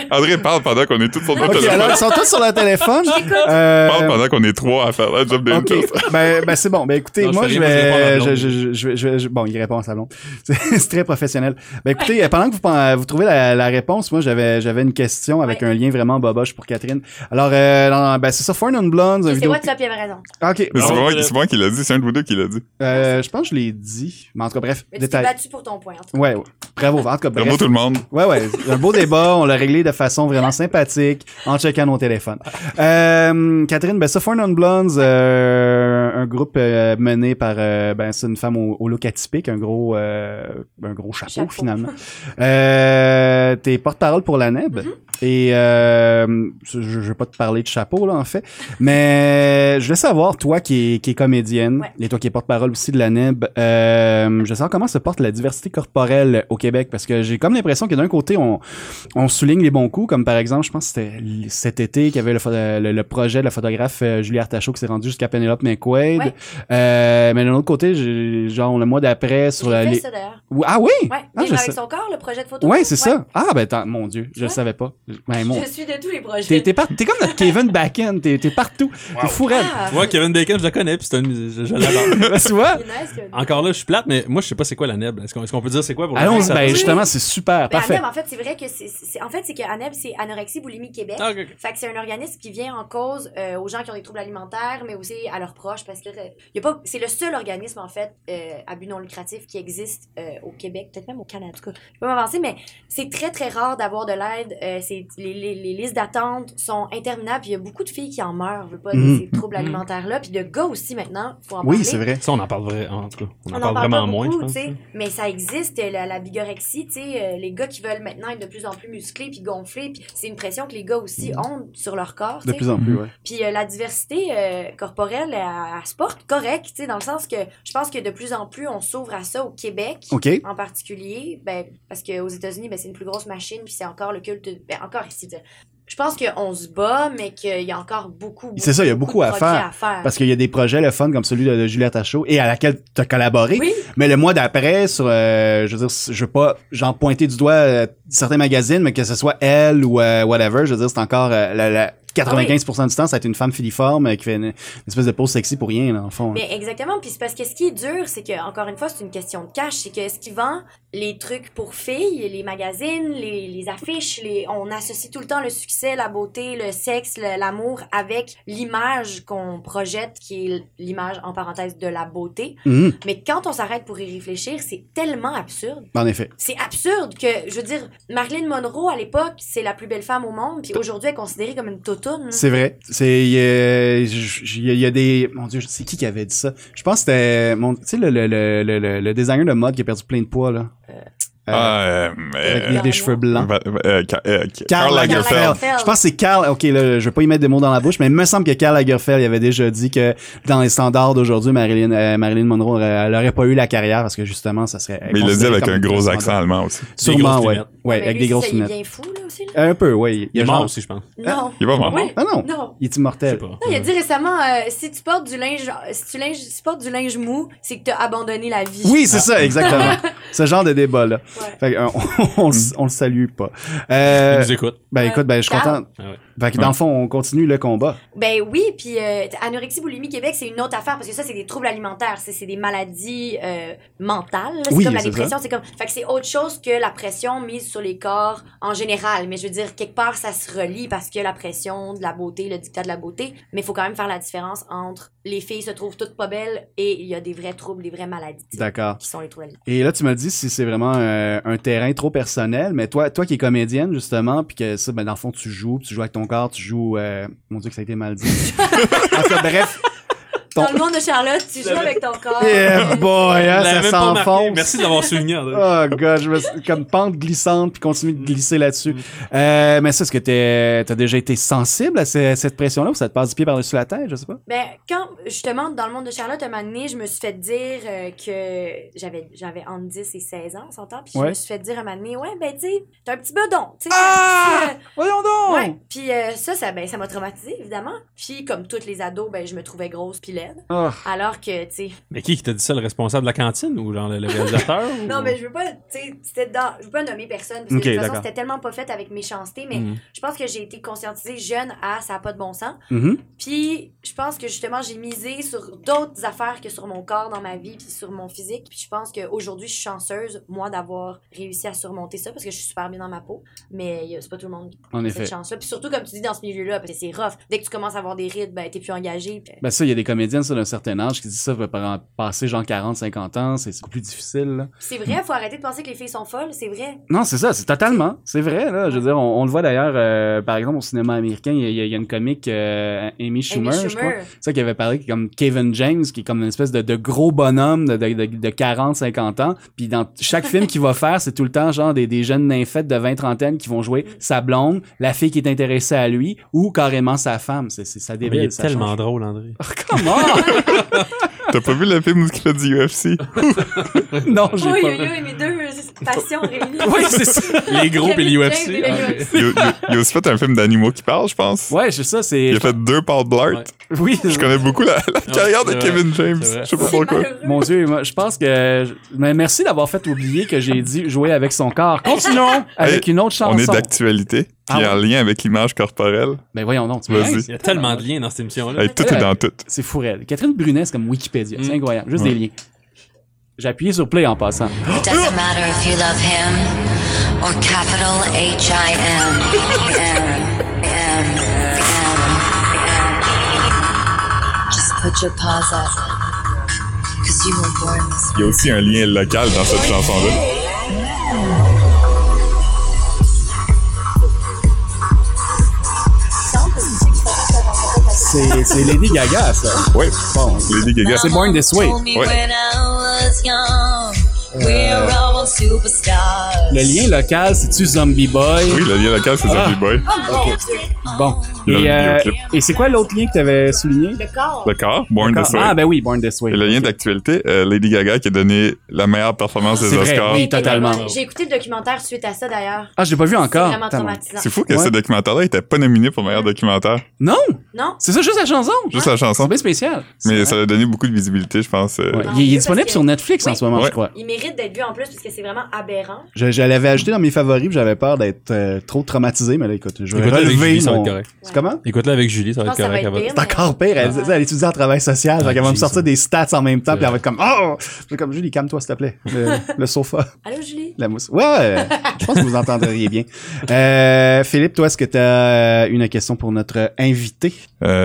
André parle pendant qu'on est tous sur notre
ok,
téléphone.
alors, ils sont tous sur le téléphone. Euh,
Parle pendant qu'on est trois à faire la job de
Ok,
une
ben, ben c'est bon. Ben écoutez,
Non, je
moi
fais
je
rien, moi, je réponds à
vais,
ma blonde.
je, je, je, je vais- je vais- je- bon, il répond à sa blonde. C'est c'est très professionnel. Ben écoutez, euh, pendant que vous, pen- vous trouvez la, la réponse, moi j'avais, j'avais une question avec
Ouais.
un lien vraiment boboche pour Catherine. Alors, euh, non, non, ben c'est ça, Foreign and Blondes. un
C'est
vidéo...
What's Up, il avait raison.
Ah, Ok,
Mais c'est
Ah,
pas moi
ouais.
qui- c'est pas moi qui l'a dit, c'est un de vous deux qui l'a dit.
euh, je pense que je l'ai dit. Mais en tout cas, bref,
Mais tu t'es
détail.
battu pour ton point. en tout
Ouais, ouais. Bravo, en tout cas,
Bravo
bref.
tout le monde.
Ouais, ouais, un beau débat, on l'a réglé de façon vraiment sympathique en checkant nos téléphones. Euh, Catherine, ben ça, Foreign on Blondes, euh, un groupe euh, mené par, euh, ben c'est une femme au, au look atypique, un gros, euh, un gros chapeau,
Chapeau.
finalement. Euh, T'es porte-parole pour la NEB et euh, je, je vais pas te parler de chapeau là en fait, mais je voulais savoir toi qui es, qui es comédienne
Ouais.
et toi qui es porte-parole aussi de la NEB, euh, je veux savoir comment se porte la diversité corporelle au Québec parce que j'ai comme l'impression que d'un côté on, on souligne les bons coups comme par exemple je pense que c'était l- cet été qu'il y avait le, pho- le- le projet de la photographe euh, Julie Artachot qui s'est rendue jusqu'à Penelope McQuaid,
Ouais.
Euh, mais de l'autre côté j'ai- genre le mois d'après sur la
J'ai fait
les-
ça d'ailleurs.
Ou- ah oui
Ouais,
ah,
vivre
je
avec
sais.
son corps, le projet de photo.
Ouais, c'est ça. Ah, ben, attends, mon Dieu, je le
Ouais.
savais pas. Ben, mon
Je suis de tous les projets.
T'es, t'es, par- t'es comme notre Kevin Bacon, t'es, t'es partout. T'es fou raide.
Ah,
Tu vois, Kevin Bacon, je le connais, puis c'est un. Je, je l'adore.
Ben, tu vois?
c'est nice que-
Encore là, je suis plate, mais moi, je sais pas c'est quoi la neb. Est-ce qu'on est-ce qu'on peut dire c'est quoi pour
Allons,
Ça-
ben justement, c'est super,
Ben,
parfait.
Aneb, en fait, c'est vrai que c'est. c'est- En fait, c'est que Aneb, c'est Anorexie Boulimie Québec.
Ah, ok, ok.
Fait que c'est un organisme qui vient en cause euh, aux gens qui ont des troubles alimentaires, mais aussi à leurs proches, parce que euh, y a pas, c'est le seul organisme, en fait, euh, à but non lucratif qui existe euh, au Québec, peut-être même au Canada, en tout cas. Je peux m'avancer, mais c'est très, très rare d'avoir de l'aide. Euh, c'est- les, les- les listes d'attente sont interminables, puis il y a beaucoup de filles qui en meurent, je veux pas,
Mhm.
de ces
Mm-hmm.
troubles alimentaires-là, puis de gars aussi, maintenant, faut en
Oui,
parler.
c'est vrai.
Ça, on en parle vrai, en tout cas. On en,
On
parle
pas
vraiment moins,
beaucoup,
je pense.
tu sais, Mais ça existe, la, la bigorexie, tu sais, euh, les gars qui veulent maintenant être de plus en plus musclés puis gonflés, puis c'est une pression que les gars aussi ont sur leur corps, tu
Mm. De
sais.
plus en plus, ouais.
Puis euh, la diversité euh, corporelle, elle, elle se porte correcte, tu sais, dans le sens que je pense que de plus en plus, on s'ouvre à ça au Québec.
OK.
En particulier, ben, parce qu'aux États-Unis, ben, c'est une plus grosse machine, puis c'est encore le culte. Ben, encore ici. tu sais. Je pense qu'on se bat, mais qu'il y a encore beaucoup.
C'est ça, il y a beaucoup à
de progrès
faire. Parce qu'il y a des projets, le fun, comme celui de, de Julie Attachot et à laquelle t'as collaboré.
Oui,
Mais le mois d'après, sur, euh, je veux dire, je veux pas, j'en
Ah
pointer du doigt euh, certains magazines, mais que ce soit elle ou euh, whatever, je veux dire, c'est encore euh, la, la 95% du temps, ça va être une femme filiforme euh, qui fait une, une espèce de pose sexy pour rien, là, en fond. là.
Mais exactement. Puis c'est parce que ce qui est dur, c'est que, encore une fois, c'est une question de cash. C'est que ce qui vend les trucs pour filles, les magazines, les, les affiches, les... on associe tout le temps le succès, la beauté, le sexe, le- l'amour avec l'image qu'on projette, qui est l'image, en parenthèse, de la beauté.
Mhm.
Mais quand on s'arrête pour y réfléchir, c'est tellement absurde.
En effet.
C'est absurde que, je veux dire, Marilyn Monroe, à l'époque, c'est la plus belle femme au monde, puis aujourd'hui, elle est considérée comme une totoune.
C'est vrai. C'est il y a- j- j- il y, a- il y a des mon dieu, c'est qui qui avait dit ça Je pense que c'était mon tu sais le le, le, le- le- le designer de mode qui a perdu plein de poids là. Euh,
Ah, euh,
avec
euh,
des- des cheveux blancs.
Va- va- euh, Ka- euh,
Karl
Karl
Lagerfeld.
Lagerfeld.
Je pense que c'est Karl. Ok, là, je vais pas y mettre des mots dans la bouche, mais il me semble que Karl Lagerfeld il avait déjà dit que dans les standards d'aujourd'hui, Marilyn, euh, Marilyn Monroe, aurait- elle aurait pas eu la carrière parce que justement, ça serait.
Mais il le dit
considéré
avec
comme
un
une
gros
standard.
accent allemand aussi.
Sûrement,
grosses
ouais.
lunettes.
Ouais,
Mais
avec
lui,
des grosses
ça, il est
lunettes.
bien fou, là, aussi. là.
Un peu, ouais. Il,
Il est
genre-
mort aussi, je pense.
Non.
Il est pas mort.
Oui.
Ah non.
Non.
Il est
Je sais
immortel.
pas.
Non, il a dit récemment, euh, si tu portes du linge, si tu, linge, si tu portes du linge mou, c'est que t'as abandonné la vie.
Oui, c'est ça, exactement. Ce genre de débat-là.
Ouais.
Fait que, euh, on, on, le- on le salue pas.
Il
Euh,
nous écoute.
ben écoute, ben je suis
Carl.
content.
Ah ouais.
Fait que dans le fond, on continue le combat.
Ben oui, puis euh, anorexie boulimie Québec, c'est une autre affaire parce que ça, c'est des troubles alimentaires, c'est c'est des maladies euh, mentales. là. C'est
Oui,
comme la
c'est
dépression, c'est comme. Fait que c'est autre chose que la pression mise sur les corps en général. Mais je veux dire, quelque part, ça se relie parce que la pression de la beauté, le dictat de la beauté. Mais il faut quand même faire la différence entre les filles se trouvent toutes pas belles et il y a des vrais troubles, des vraies maladies tu sais,
D'accord.
qui sont les troubles alimentaires.
Et là, tu me dis si c'est vraiment euh, un terrain trop personnel, mais toi, toi qui es comédienne, justement, puis que ça, ben dans le fond, tu joues, puis tu joues avec ton corps, tu joues... euh, Mon Dieu, que ça a été mal dit. en tout cas, bref. Ton-
Dans le monde de Charlotte, tu joues avec ton corps.
Yeah, boy, hein,
Ah. Je l'avais
ça
même pas marqué.
s'enfonce.
Merci d'avoir souligné. André.
Oh god, je me suis- comme pente glissante puis continue de glisser là-dessus. Euh, mais ça, est-ce que t'es- t'as déjà été sensible à ce- cette pression-là ou ça te passe du pied par-dessus la tête, je sais pas?
Ben, quand, justement, dans le monde de Charlotte, à un moment donné, je me suis fait dire euh, que j'avais, j'avais entre 10 et 16 ans, on s'entend, puis je
Ouais.
me suis fait dire à un moment donné, ouais, ben, tu sais, t'as un petit bedon, tu sais.
Ah! Oh!
t'as un petit,
Voyons
euh,
donc!
Ouais, puis euh, ça, ça, ben, ça m'a traumatisée, évidemment. Puis, comme toutes les ados, ben, je me trouvais grosse pis laide.
Ah.
Alors que, tu sais,
Mais qui qui t'a dit ça, le responsable de la cantine ou genre le, le réalisateur ou-
non, mais je veux pas, tu sais, c'était dans, je veux pas nommer personne, parce que
Hmm. Ok,
de toute façon,
d'accord. Hmm.
c'était tellement pas fait avec méchanceté, mais
Mhm.
je pense que j'ai été conscientisée jeune à ça a pas de bon sens.
Mhm.
Puis je pense que justement, j'ai misé sur d'autres affaires que sur mon corps dans ma vie, puis sur mon physique. Puis je pense qu'aujourd'hui, je suis chanceuse, moi, d'avoir réussi à surmonter ça parce que je suis super bien dans ma peau. Mais il y a- c'est pas tout le monde qui
En
a cette
effet.
chance-là. Puis surtout, comme tu dis, dans ce milieu-là, parce que c'est rough. Dès que tu commences à avoir des rides, ben, t'es plus engagé. Puis...
Ben ça, il y a des comédiennes ça, d'un certain âge qui disent ça, va par- passer genre 40, 50 ans, c'est c'est beaucoup plus difficile. là.
C'est vrai, faut arrêter de penser que les filles sont folles, c'est vrai.
Non, c'est ça, c'est totalement. C'est vrai, là. Je veux dire, on, on le voit d'ailleurs, euh, par exemple, au cinéma américain, il y a, il y a- il y a une comique, euh, Amy Schumer,
Amy
je crois. C'est ça qui avait parlé, qui est comme Kevin James, qui est comme une espèce de, de gros bonhomme de, de, de, 40-50 ans. Puis dans chaque film qu'il va faire, c'est tout le temps genre des, des jeunes nymphètes de 20 trentaine qui vont jouer
Mm.
sa blonde, la fille qui est intéressée à lui, ou carrément sa femme. C'est, c'est, ça
Mais il
débile.
est
ça
tellement
change.
drôle, André.
Oh, comment?
T'as pas vu le film où il fait du UFC?
non, j'ai
Oui,
pas...
oui, oui, mes deux passions réunies.
Oui, c'est ça.
Les gros et
Kevin
l'UFC.
Ah,
James et le UFC.
Il, il- il a aussi fait un film d'animaux qui parlent, je pense.
Ouais, c'est ça, c'est...
Il a fait deux Paul Blart.
Ouais.
Oui,
Je connais beaucoup la, la carrière de
c'est
Kevin James.
c'est vrai.
Je sais pas
C'est
pourquoi.
malheureux.
Mon Dieu, moi, je pense que... Mais merci d'avoir fait oublier que j'ai dit jouer avec son corps. Continuons avec une autre chanson.
On est d'actualité, puis
Ah ouais.
en lien avec l'image corporelle.
Ben voyons donc. tu
Vas-y.
me-
Il y a tellement de liens dans cette émission-là.
Hey, tout est dans tout.
C'est fourrel. Catherine Brunet, c'est comme Wikipédia. C'est
Mm.
incroyable. Juste des liens. J'ai appuyé sur play en passant.
It doesn't matter if you love him or capital H I M. M, M, M. Just put your paws up. Cause you were born this
Il y a aussi un lien local dans cette chanson-là.
C'est c'est Lady Gaga, ça.
Oui, Lady Gaga.
C'est Born This Way.
Told me
Ouais.
when I was young, we're all superstars.
Le lien local, c'est-tu Zombie Boy?
Oui, le lien local, c'est
Ah.
Zombie Boy.
Bon.
Il y
Et,
a le
euh,
vidéoclip.
et c'est quoi l'autre lien que tu avais souligné?
Le corps.
D'accord, Born This Way.
Ah, ben oui, Born This Way.
Et le lien d'actualité, euh, Lady Gaga qui a donné la meilleure performance
C'est
des
vrai,
Oscars.
oui. totalement.
J'ai écouté le documentaire suite à ça, d'ailleurs.
Ah, je l'ai pas vu encore.
C'est vraiment
Attends.
traumatisant.
C'est fou que
Ouais.
ce documentaire-là était pas nominé pour meilleur documentaire.
Non!
Non?
C'est ça, juste la chanson? Ah,
Juste la
C'est
chanson.
bien spécial.
Mais ça a donné beaucoup de visibilité, je pense. euh,
Ouais.
Non,
Il, il est
c'est
disponible
parce
sur
que-
Netflix en
Oui.
ce moment,
Ouais.
je crois.
Il mérite d'être vu en plus parce que c'est vraiment aberrant.
Je, je l'avais ajouté dans mes favoris, puis j'avais peur d'être euh, trop traumatisé, mais là, écoute, je vais
Écoute, avec
relever
Julie, ça va
mon-
être correct.
C'est Comment?
Écoute-la avec Julie, ça va
Je
être
pense que ça va
correct.
être
elle va-
pire.
C'est encore pire. Elle,
Ouais.
elle étudie en travail social.
Ah,
Elle va me
Jesus.
sortir des stats en même temps,
C'est
puis elle va être comme Oh! Je vais comme Julie, calme-toi, s'il te plaît. Le, le sofa,
Allô, Julie?
la mousse. Ouais, euh, je pense que vous entendriez bien. Euh, Philippe, toi, est-ce que tu as une question pour notre invité?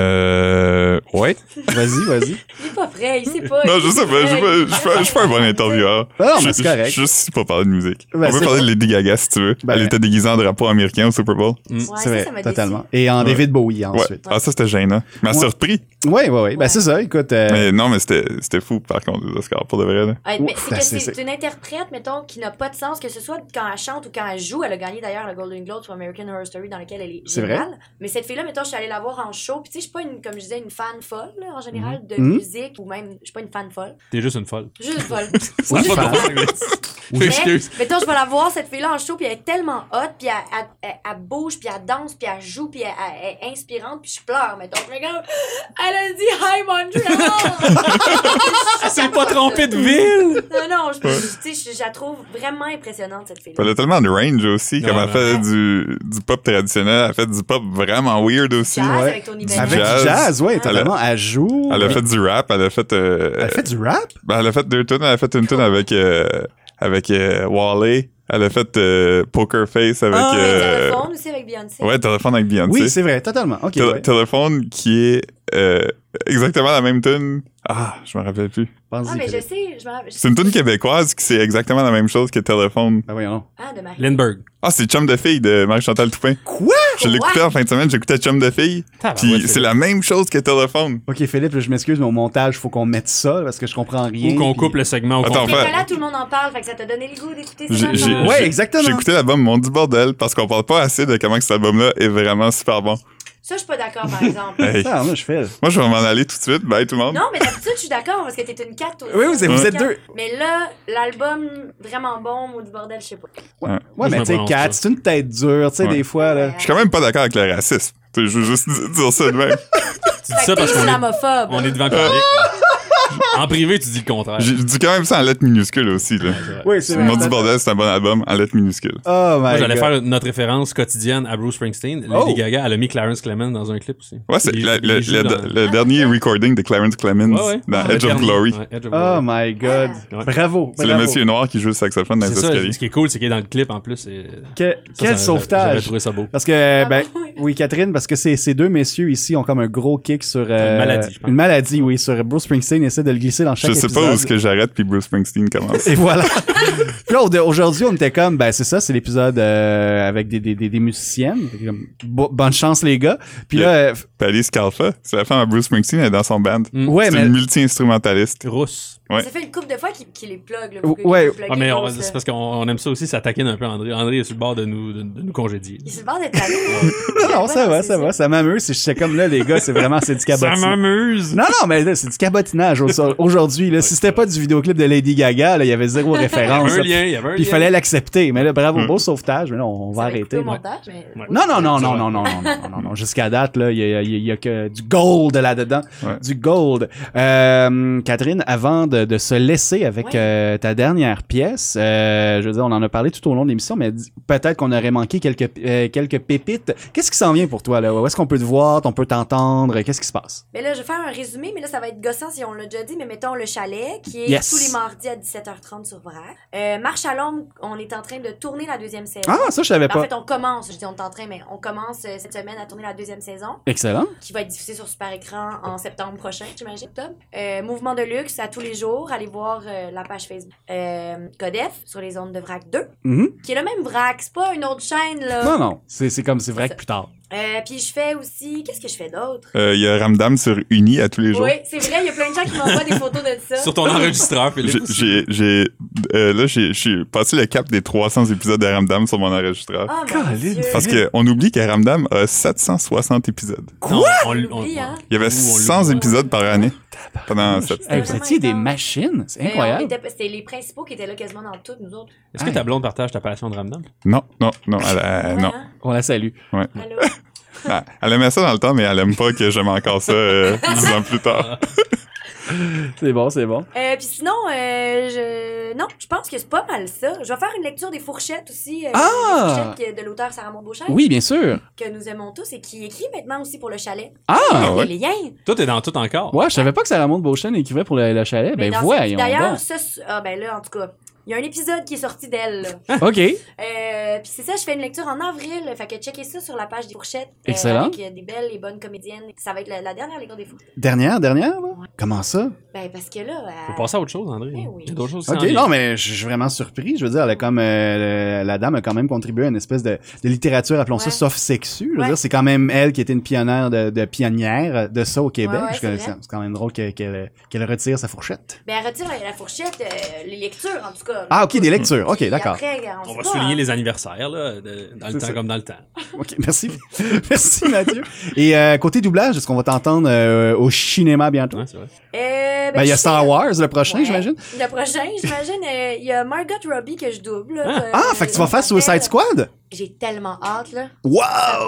Euh. Ouais.
Vas-y, vas-y.
Il est pas prêt, il sait pas.
Non,
il
je
est
sais pas, je suis pas- je suis pas- je suis pas un bon intervieweur.
Ah, non,
Je-
mais c'est
je-
correct.
Je je sais pas parler de musique.
Ben,
On peut
c'est
parler de Lady Gaga si tu veux.
Ben,
Elle était déguisée en drapeau américain au Super Bowl.
Ouais,
c'est
ça,
vrai,
ça m'a déçu.
totalement. Et en
Ouais.
David Bowie
Ouais.
ensuite.
Ah, ça, c'était gênant. Mais elle
Ouais.
s'est repris.
Ouais, ouais, ouais. Ben,
Ouais.
c'est ça, écoute. euh,
Mais non, mais c'était c'était fou, par contre, les Oscars, pour de vrai. là.
Ouais, mais
Ouf,
c'est que
c'est-
c'est c'est une interprète, mettons, qui n'a pas de sens, que ce soit quand elle chante ou quand elle joue. Elle a gagné d'ailleurs le Golden Globe pour American Horror Story, dans lequel elle est
C'est vrai.
géniale. Mais cette fille-là, mettons, je suis allée la voir en show. Puis tu sais, je suis pas une, comme je disais, une fan folle, là, en général, de
Mhm.
musique, ou même, je suis pas une fan folle.
T'es juste une folle.
Juste folle.
Ça n'a pas de bon sens.
Mais,
Excuse.
mettons, je vais la voir, cette fille-là, en show, puis elle est tellement hot, puis elle, elle- elle- elle bouge, puis elle danse, puis elle joue, puis elle, elle- elle est inspirante, puis je pleure, mettons. Je fais comme, elle a dit Hi Montreal!
Elle s'est pas trompée de ville!
non, non, je, tu sais, je- je la trouve vraiment impressionnante, cette fille-là.
Elle a tellement de range aussi,
Non,
comme elle
non.
fait du, du pop traditionnel, elle fait du pop vraiment weird aussi.
Jazz
ouais.
avec ton
Du
Avec
imaginaire.
jazz.
du jazz, ouais,
Elle a-
totalement. Elle joue.
Elle a fait du rap, elle a fait. euh,
Elle fait du rap?
Ben, elle a fait deux tunes. Elle a fait une tune avec, euh, avec euh, Wally. Elle a fait euh, Poker Face avec.
Avec
euh,
téléphone aussi avec Beyoncé.
ouais, Téléphone avec Beyoncé.
Ah, Oui, c'est vrai, totalement. OK.
Tél-
ouais.
Téléphone qui est euh, exactement la même tune. Ah, je me rappelle plus.
Ah,
Pense-y,
mais je
Philippe.
sais, je me rappelle.
C'est une tune québécoise qui c'est exactement la même chose que Téléphone.
Ben voyons donc.
Ah, de Marie.
Lindbergh.
Ah, c'est Chum de fille de Marie-Chantal Toupin.
Quoi?
Je l'écoutais
Ouais.
en fin de semaine, j'écoutais Chum de fille.
Tabarouette,
Puis c'est la même chose que Téléphone.
OK, Philippe, je m'excuse, mais au montage, faut qu'on mette ça parce que je comprends rien.
Ou qu'on
puis-
coupe le segment au
Mm. Attends,
complet.
Mais
Ouais.
là, tout le monde en parle, fait que ça t'a donné le goût d'écouter
J'ai-
ça.
j'ai-
genre.
Ouais,
j'ai- J'ai
exactement.
écouté l'album Mon du bordel parce qu'on parle pas assez de comment que cet album-là est vraiment super bon.
Ça, je suis pas d'accord, par exemple.
Hey.
Ah, moi, je fais.
Moi, je vais m'en aller tout de suite. Bye tout le monde.
Non, mais d'habitude, je suis d'accord parce que t'es une 4
Oui, vous êtes- vous êtes deux.
Mais là, l'album vraiment bon, maudit bordel, je sais pas.
Ouais,
Moi, je
mais
me
tu sais,
prononce
Kat,
pas.
c'est une tête dure, tu sais,
Ouais.
des fois, là.
Ouais.
Je suis quand même pas d'accord avec le racisme. Tu sais, Je veux juste di- dire ça de même.
Tu dis ça parce qu'on est,
islamophobe.
on est devant le public. en privé, tu dis le contraire.
J'ai- Je dis quand même ça en lettres minuscules aussi. Là.
Oui, c'est
Mon
vrai.
du bordel, c'est un bon album en lettres minuscules.
Oh,
Moi,
my
j'allais
God.
faire notre référence quotidienne à Bruce Springsteen.
Oh.
Lady Gaga, elle a mis Clarence Clement dans un clip aussi.
Ouais, c'est
Il-
la-
il
le,
joue
le-
dans-
le dernier recording de Clarence Clemens
Ouais, ouais.
dans
Le
Edge of
dernier.
Glory.
Ouais, Edge of
Oh,
Glory.
my God.
Ouais.
Bravo.
C'est le
bravo.
monsieur noir qui joue le saxophone dans
C'est
les
ça,
escaliers.
ce qui est cool, c'est qu'il est dans le clip en plus. et-
Que-
ça,
quel
ça, J'avais
sauvetage.
trouvé ça beau.
Parce que,
Ah,
ben,
oui.
oui, Catherine, parce que ces, ces deux messieurs ici ont comme un gros kick sur. euh,
Une maladie, je pense.
Une maladie, oui, sur Bruce Springsteen, essaie de le glisser dans chaque
Je sais
épisode.
pas où est-ce que j'arrête puis Bruce Springsteen commence.
Et voilà. Puis là, au- aujourd'hui, on était comme, ben c'est ça, c'est l'épisode euh, avec des, des, des, des musiciennes. Fait que comme, bo- bonne chance, les gars. Puis là, euh, f-
Thalys Scalfa, c'est la femme à Bruce Springsteen, elle est dans son band.
Mm.
ouais,
C'est
mais...
une multi-instrumentaliste.
Rousse.
Ouais.
Ça fait une couple de fois qu'il qu'il les plug. Là,
Ou-
faut qu'il-
ouais.
qu'il plug
Ah, mais
les
on-
grosses, là.
c'est parce qu'on on aime ça aussi, ça taquine un peu André. André est sur le bord de nous, de, de nous congédier.
Il se barre d'être allé.
Non, non, ça va, ça va, ça m'amuse. J'étais comme là, les gars, c'est vraiment, c'est du
Ça
cabotinage.
m'amuse!
Non, non, mais là, c'est du cabotinage au- aujourd'hui. Là, si c'était pas du vidéoclip de Lady Gaga, là, il y avait zéro référence.
Un
là.
lien, il y avait un
Puis il
lien. Mm.
fallait l'accepter. Mais là, bravo, beau sauvetage. Mais là, on va arrêter. là.
montage, mais...
Ouais.
Non, non, non,
Ça
non,
va.
non, non, non, non, non, non. Jusqu'à date, là, il y a, il y a- il y a que du gold là-dedans.
Ouais.
Du gold. Euh, Catherine, avant de, de se laisser avec
Ouais.
euh, ta dernière pièce, euh, je veux dire, on en a parlé tout au long de l'émission, mais dis- peut-être qu'on aurait manqué quelques, euh, quelques pépites. Qu'est-ce qui s'en vient pour toi, là? Où est-ce qu'on peut te voir? On peut t'entendre? Qu'est-ce qui se passe?
Mais là, je vais faire un résumé, mais là, ça va être gossant si on l'a déjà dit, mais mettons le chalet, qui est
Yes.
tous les mardis à 17h30 sur Vrac. Euh, Marche à l'ombre, on est en train de tourner la deuxième saison.
Ah, ça, je savais
en
pas.
fait, on commence, je dis on est en train, mais on commence euh, cette semaine à tourner la deuxième saison,
Excellent.
qui va être diffusée sur Super Écran en septembre prochain, j'imagine, Tom. Euh, Mouvement de luxe à tous les jours, allez voir euh, la page Facebook euh, Codef sur les ondes de Vrac 2,
Mhm.
qui est le même Vrac, c'est pas une autre chaîne, là.
Non, non. C'est c'est comme, c'est vrai que
ça.
plus tard.
Euh, puis je fais aussi, qu'est-ce que je fais d'autre?
Euh, Il y a Ramdam sur Uni à tous les jours.
Oui, c'est vrai, il y a plein de gens qui m'envoient des photos de ça.
Sur ton enregistreur,
J'ai,
Philippe.
j'ai, j'ai- euh, là, j'ai, j'ai passé le cap des 300 épisodes de Ramdam sur mon enregistreur.
Oh, mon
Colin,
Dieu.
Parce que on oublie que Ramdam a 760 épisodes.
Quoi? on,
On l'oublie, hein.
Il y avait
Ouh, on
100
l'oublie.
épisodes par année pendant cette...
Hey, vous
vraiment
étiez des
intense.
machines. C'est
Mais
incroyable.
on était- C'était les principaux qui étaient là quasiment dans toutes, nous autres.
Est-ce que ta blonde partage ta passion de Ramdam?
Non, non, non, elle, euh,
Ouais,
non.
hein?
On la salue.
Allô?
Ah, Elle aimait ça dans le temps, mais elle aime pas que j'aime encore ça euh, 10 ans plus tard.
C'est bon, c'est bon.
Euh, Puis sinon, euh, je... non, je pense que c'est pas mal ça. Je vais faire une lecture des fourchettes aussi. euh,
Ah!
des fourchettes que- de l'auteur Sarah Maud Beauchamp,
Oui, bien sûr.
que nous aimons tous et qui écrit maintenant aussi pour le chalet.
Ah!
Ah ouais?
Les liens.
Toi, t'es dans tout encore.
Oh. Ouais, je savais pas que Sarah Maud Beauchamp écrivait pour le, le chalet.
Mais
Ben
dans ce-
voyons
D'ailleurs,
donc.
ce... Ah ben là, en tout cas, il y a un épisode qui est sorti d'elle. là.
OK.
Euh, Puis c'est ça, je fais une lecture en avril. Fait que checkez ça sur la page des fourchettes. euh,
Excellent.
avec euh, des belles et bonnes comédiennes. Ça va être la, la dernière lecture des fourchettes.
Dernière, dernière, là?
Ouais.
Comment ça?
Ben parce que là...
On peut
euh,
passer à autre chose, André.
Eh oui.
Il y a d'autres choses qui
Ok,
s'en viennent.
non, mais je je suis vraiment surpris. Je veux dire, elle a comme, euh, le- la dame a quand même contribué à une espèce de, de littérature, appelons ça
Ouais.
soft sexu. Je veux
Ouais.
dire, c'est quand même elle qui était une pionnière de, de pionnière de ça au Québec.
Ouais, ouais,
Je
c'est
connais-
vrai.
c'est quand même drôle que- qu'elle qu'elle retire sa fourchette.
Ben elle retire la, la fourchette, euh, les lectures en tout cas.
Ah, ok, des lectures. Ok,
Puis
d'accord.
après, on,
On
sait
va
pas,
souligner
hein.
les anniversaires, là, de- dans le
C'est
temps
ça.
comme dans le temps.
Ok, merci. merci, Mathieu. Et euh, côté doublage, est-ce qu'on va t'entendre euh, au cinéma bientôt?
Ouais, c'est vrai.
Euh,
Ben, il y a
je
Star
fais-
Wars, le prochain,
Ouais.
j'imagine.
Le prochain, j'imagine, euh, il y a Margot Robbie que je double. là, que-
Ah, fait que tu vas faire Suicide Squad?
J'ai tellement hâte, là.
Wow!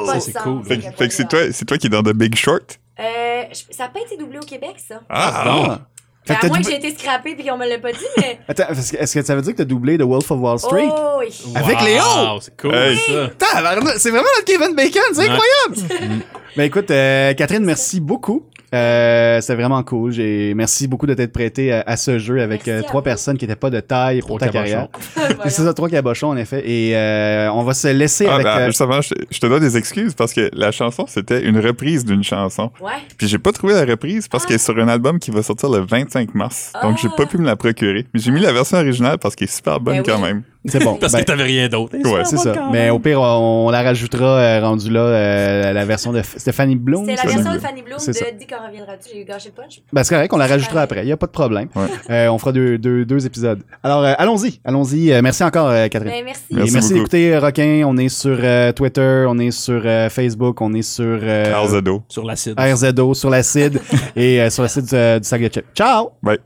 Ça, c'est cool.
Fait, que- fait que c'est toi, c'est toi qui est dans The Big Short.
Euh, je- ça n'a pas été doublé au Québec, ça.
Ah,
Ah. Fait
Ben,
que
à
t'as
moins
doublé-
que j'ai été scrappé puis qu'on me l'a pas dit, mais.
Attends, est-ce que- est-ce que ça veut dire que t'as doublé The Wolf of Wall Street?
Oh, oui.
Avec
Wow,
Léo!
C'est cool,
Hey.
ça.
Tabarnak, C'est vraiment notre Kevin Bacon, c'est
Ouais. Mm.
incroyable! ben écoute, euh, Catherine, merci beaucoup. Euh, C'était vraiment cool. J'ai Merci beaucoup de t'être prêtée à, à ce jeu avec
Merci
euh,
à
trois
vous.
personnes qui n'étaient pas de taille pour
Trois
ta
cabochons.
carrière.
Voilà.
C'est ça, trois cabochons en effet. Et euh, on va se laisser
Ah,
avec...
ben,
euh,
justement, je, je te dois des excuses parce que la chanson, c'était une reprise d'une chanson.
Ouais.
Puis j'ai pas trouvé la reprise parce
Ah.
qu'elle est sur un album qui va sortir le 25 mars. Donc j'ai
Ah.
pas pu me la procurer. Mais j'ai mis la version originale parce qu'elle est super bonne
Ben
quand
oui.
même.
C'est bon.
Parce
ben,
que t'avais rien d'autre.
Ouais,
c'est ça. Mais au pire, on, on la rajoutera euh, rendu là, euh, la version de F- Stéphanie Bloom.
C'était la
c'est ça?
version de Fanny Bloom
C'est ça.
de Dis quand reviendras-tu, j'ai eu gâché le punch.
Ben, c'est correct, on la rajoutera
Ouais.
après, il n'y a pas de problème.
Ouais.
Euh, on fera deux, deux, deux épisodes. Alors, euh, allons-y, allons-y. Euh, merci encore, euh, Catherine.
Ben, merci.
Et Merci,
Merci beaucoup.
d'écouter euh, Rockin. On est sur euh, Twitter, on est sur euh, Facebook, on est sur euh,
Carl Zedo.
Sur l'acide.
RZO, sur l'acide et euh, sur l'acide euh, du sac de chips. Ciao!
Bye.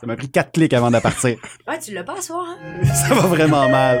Ça m'a pris quatre clics avant de partir.
Ouais, tu l'as pas à soir, hein?
Ça va vraiment mal.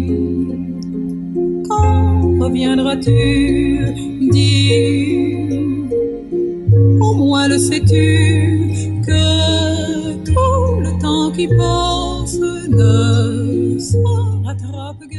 quand reviendras-tu Dis, au moins le sais-tu, que tout le temps qui passe ne se rattrape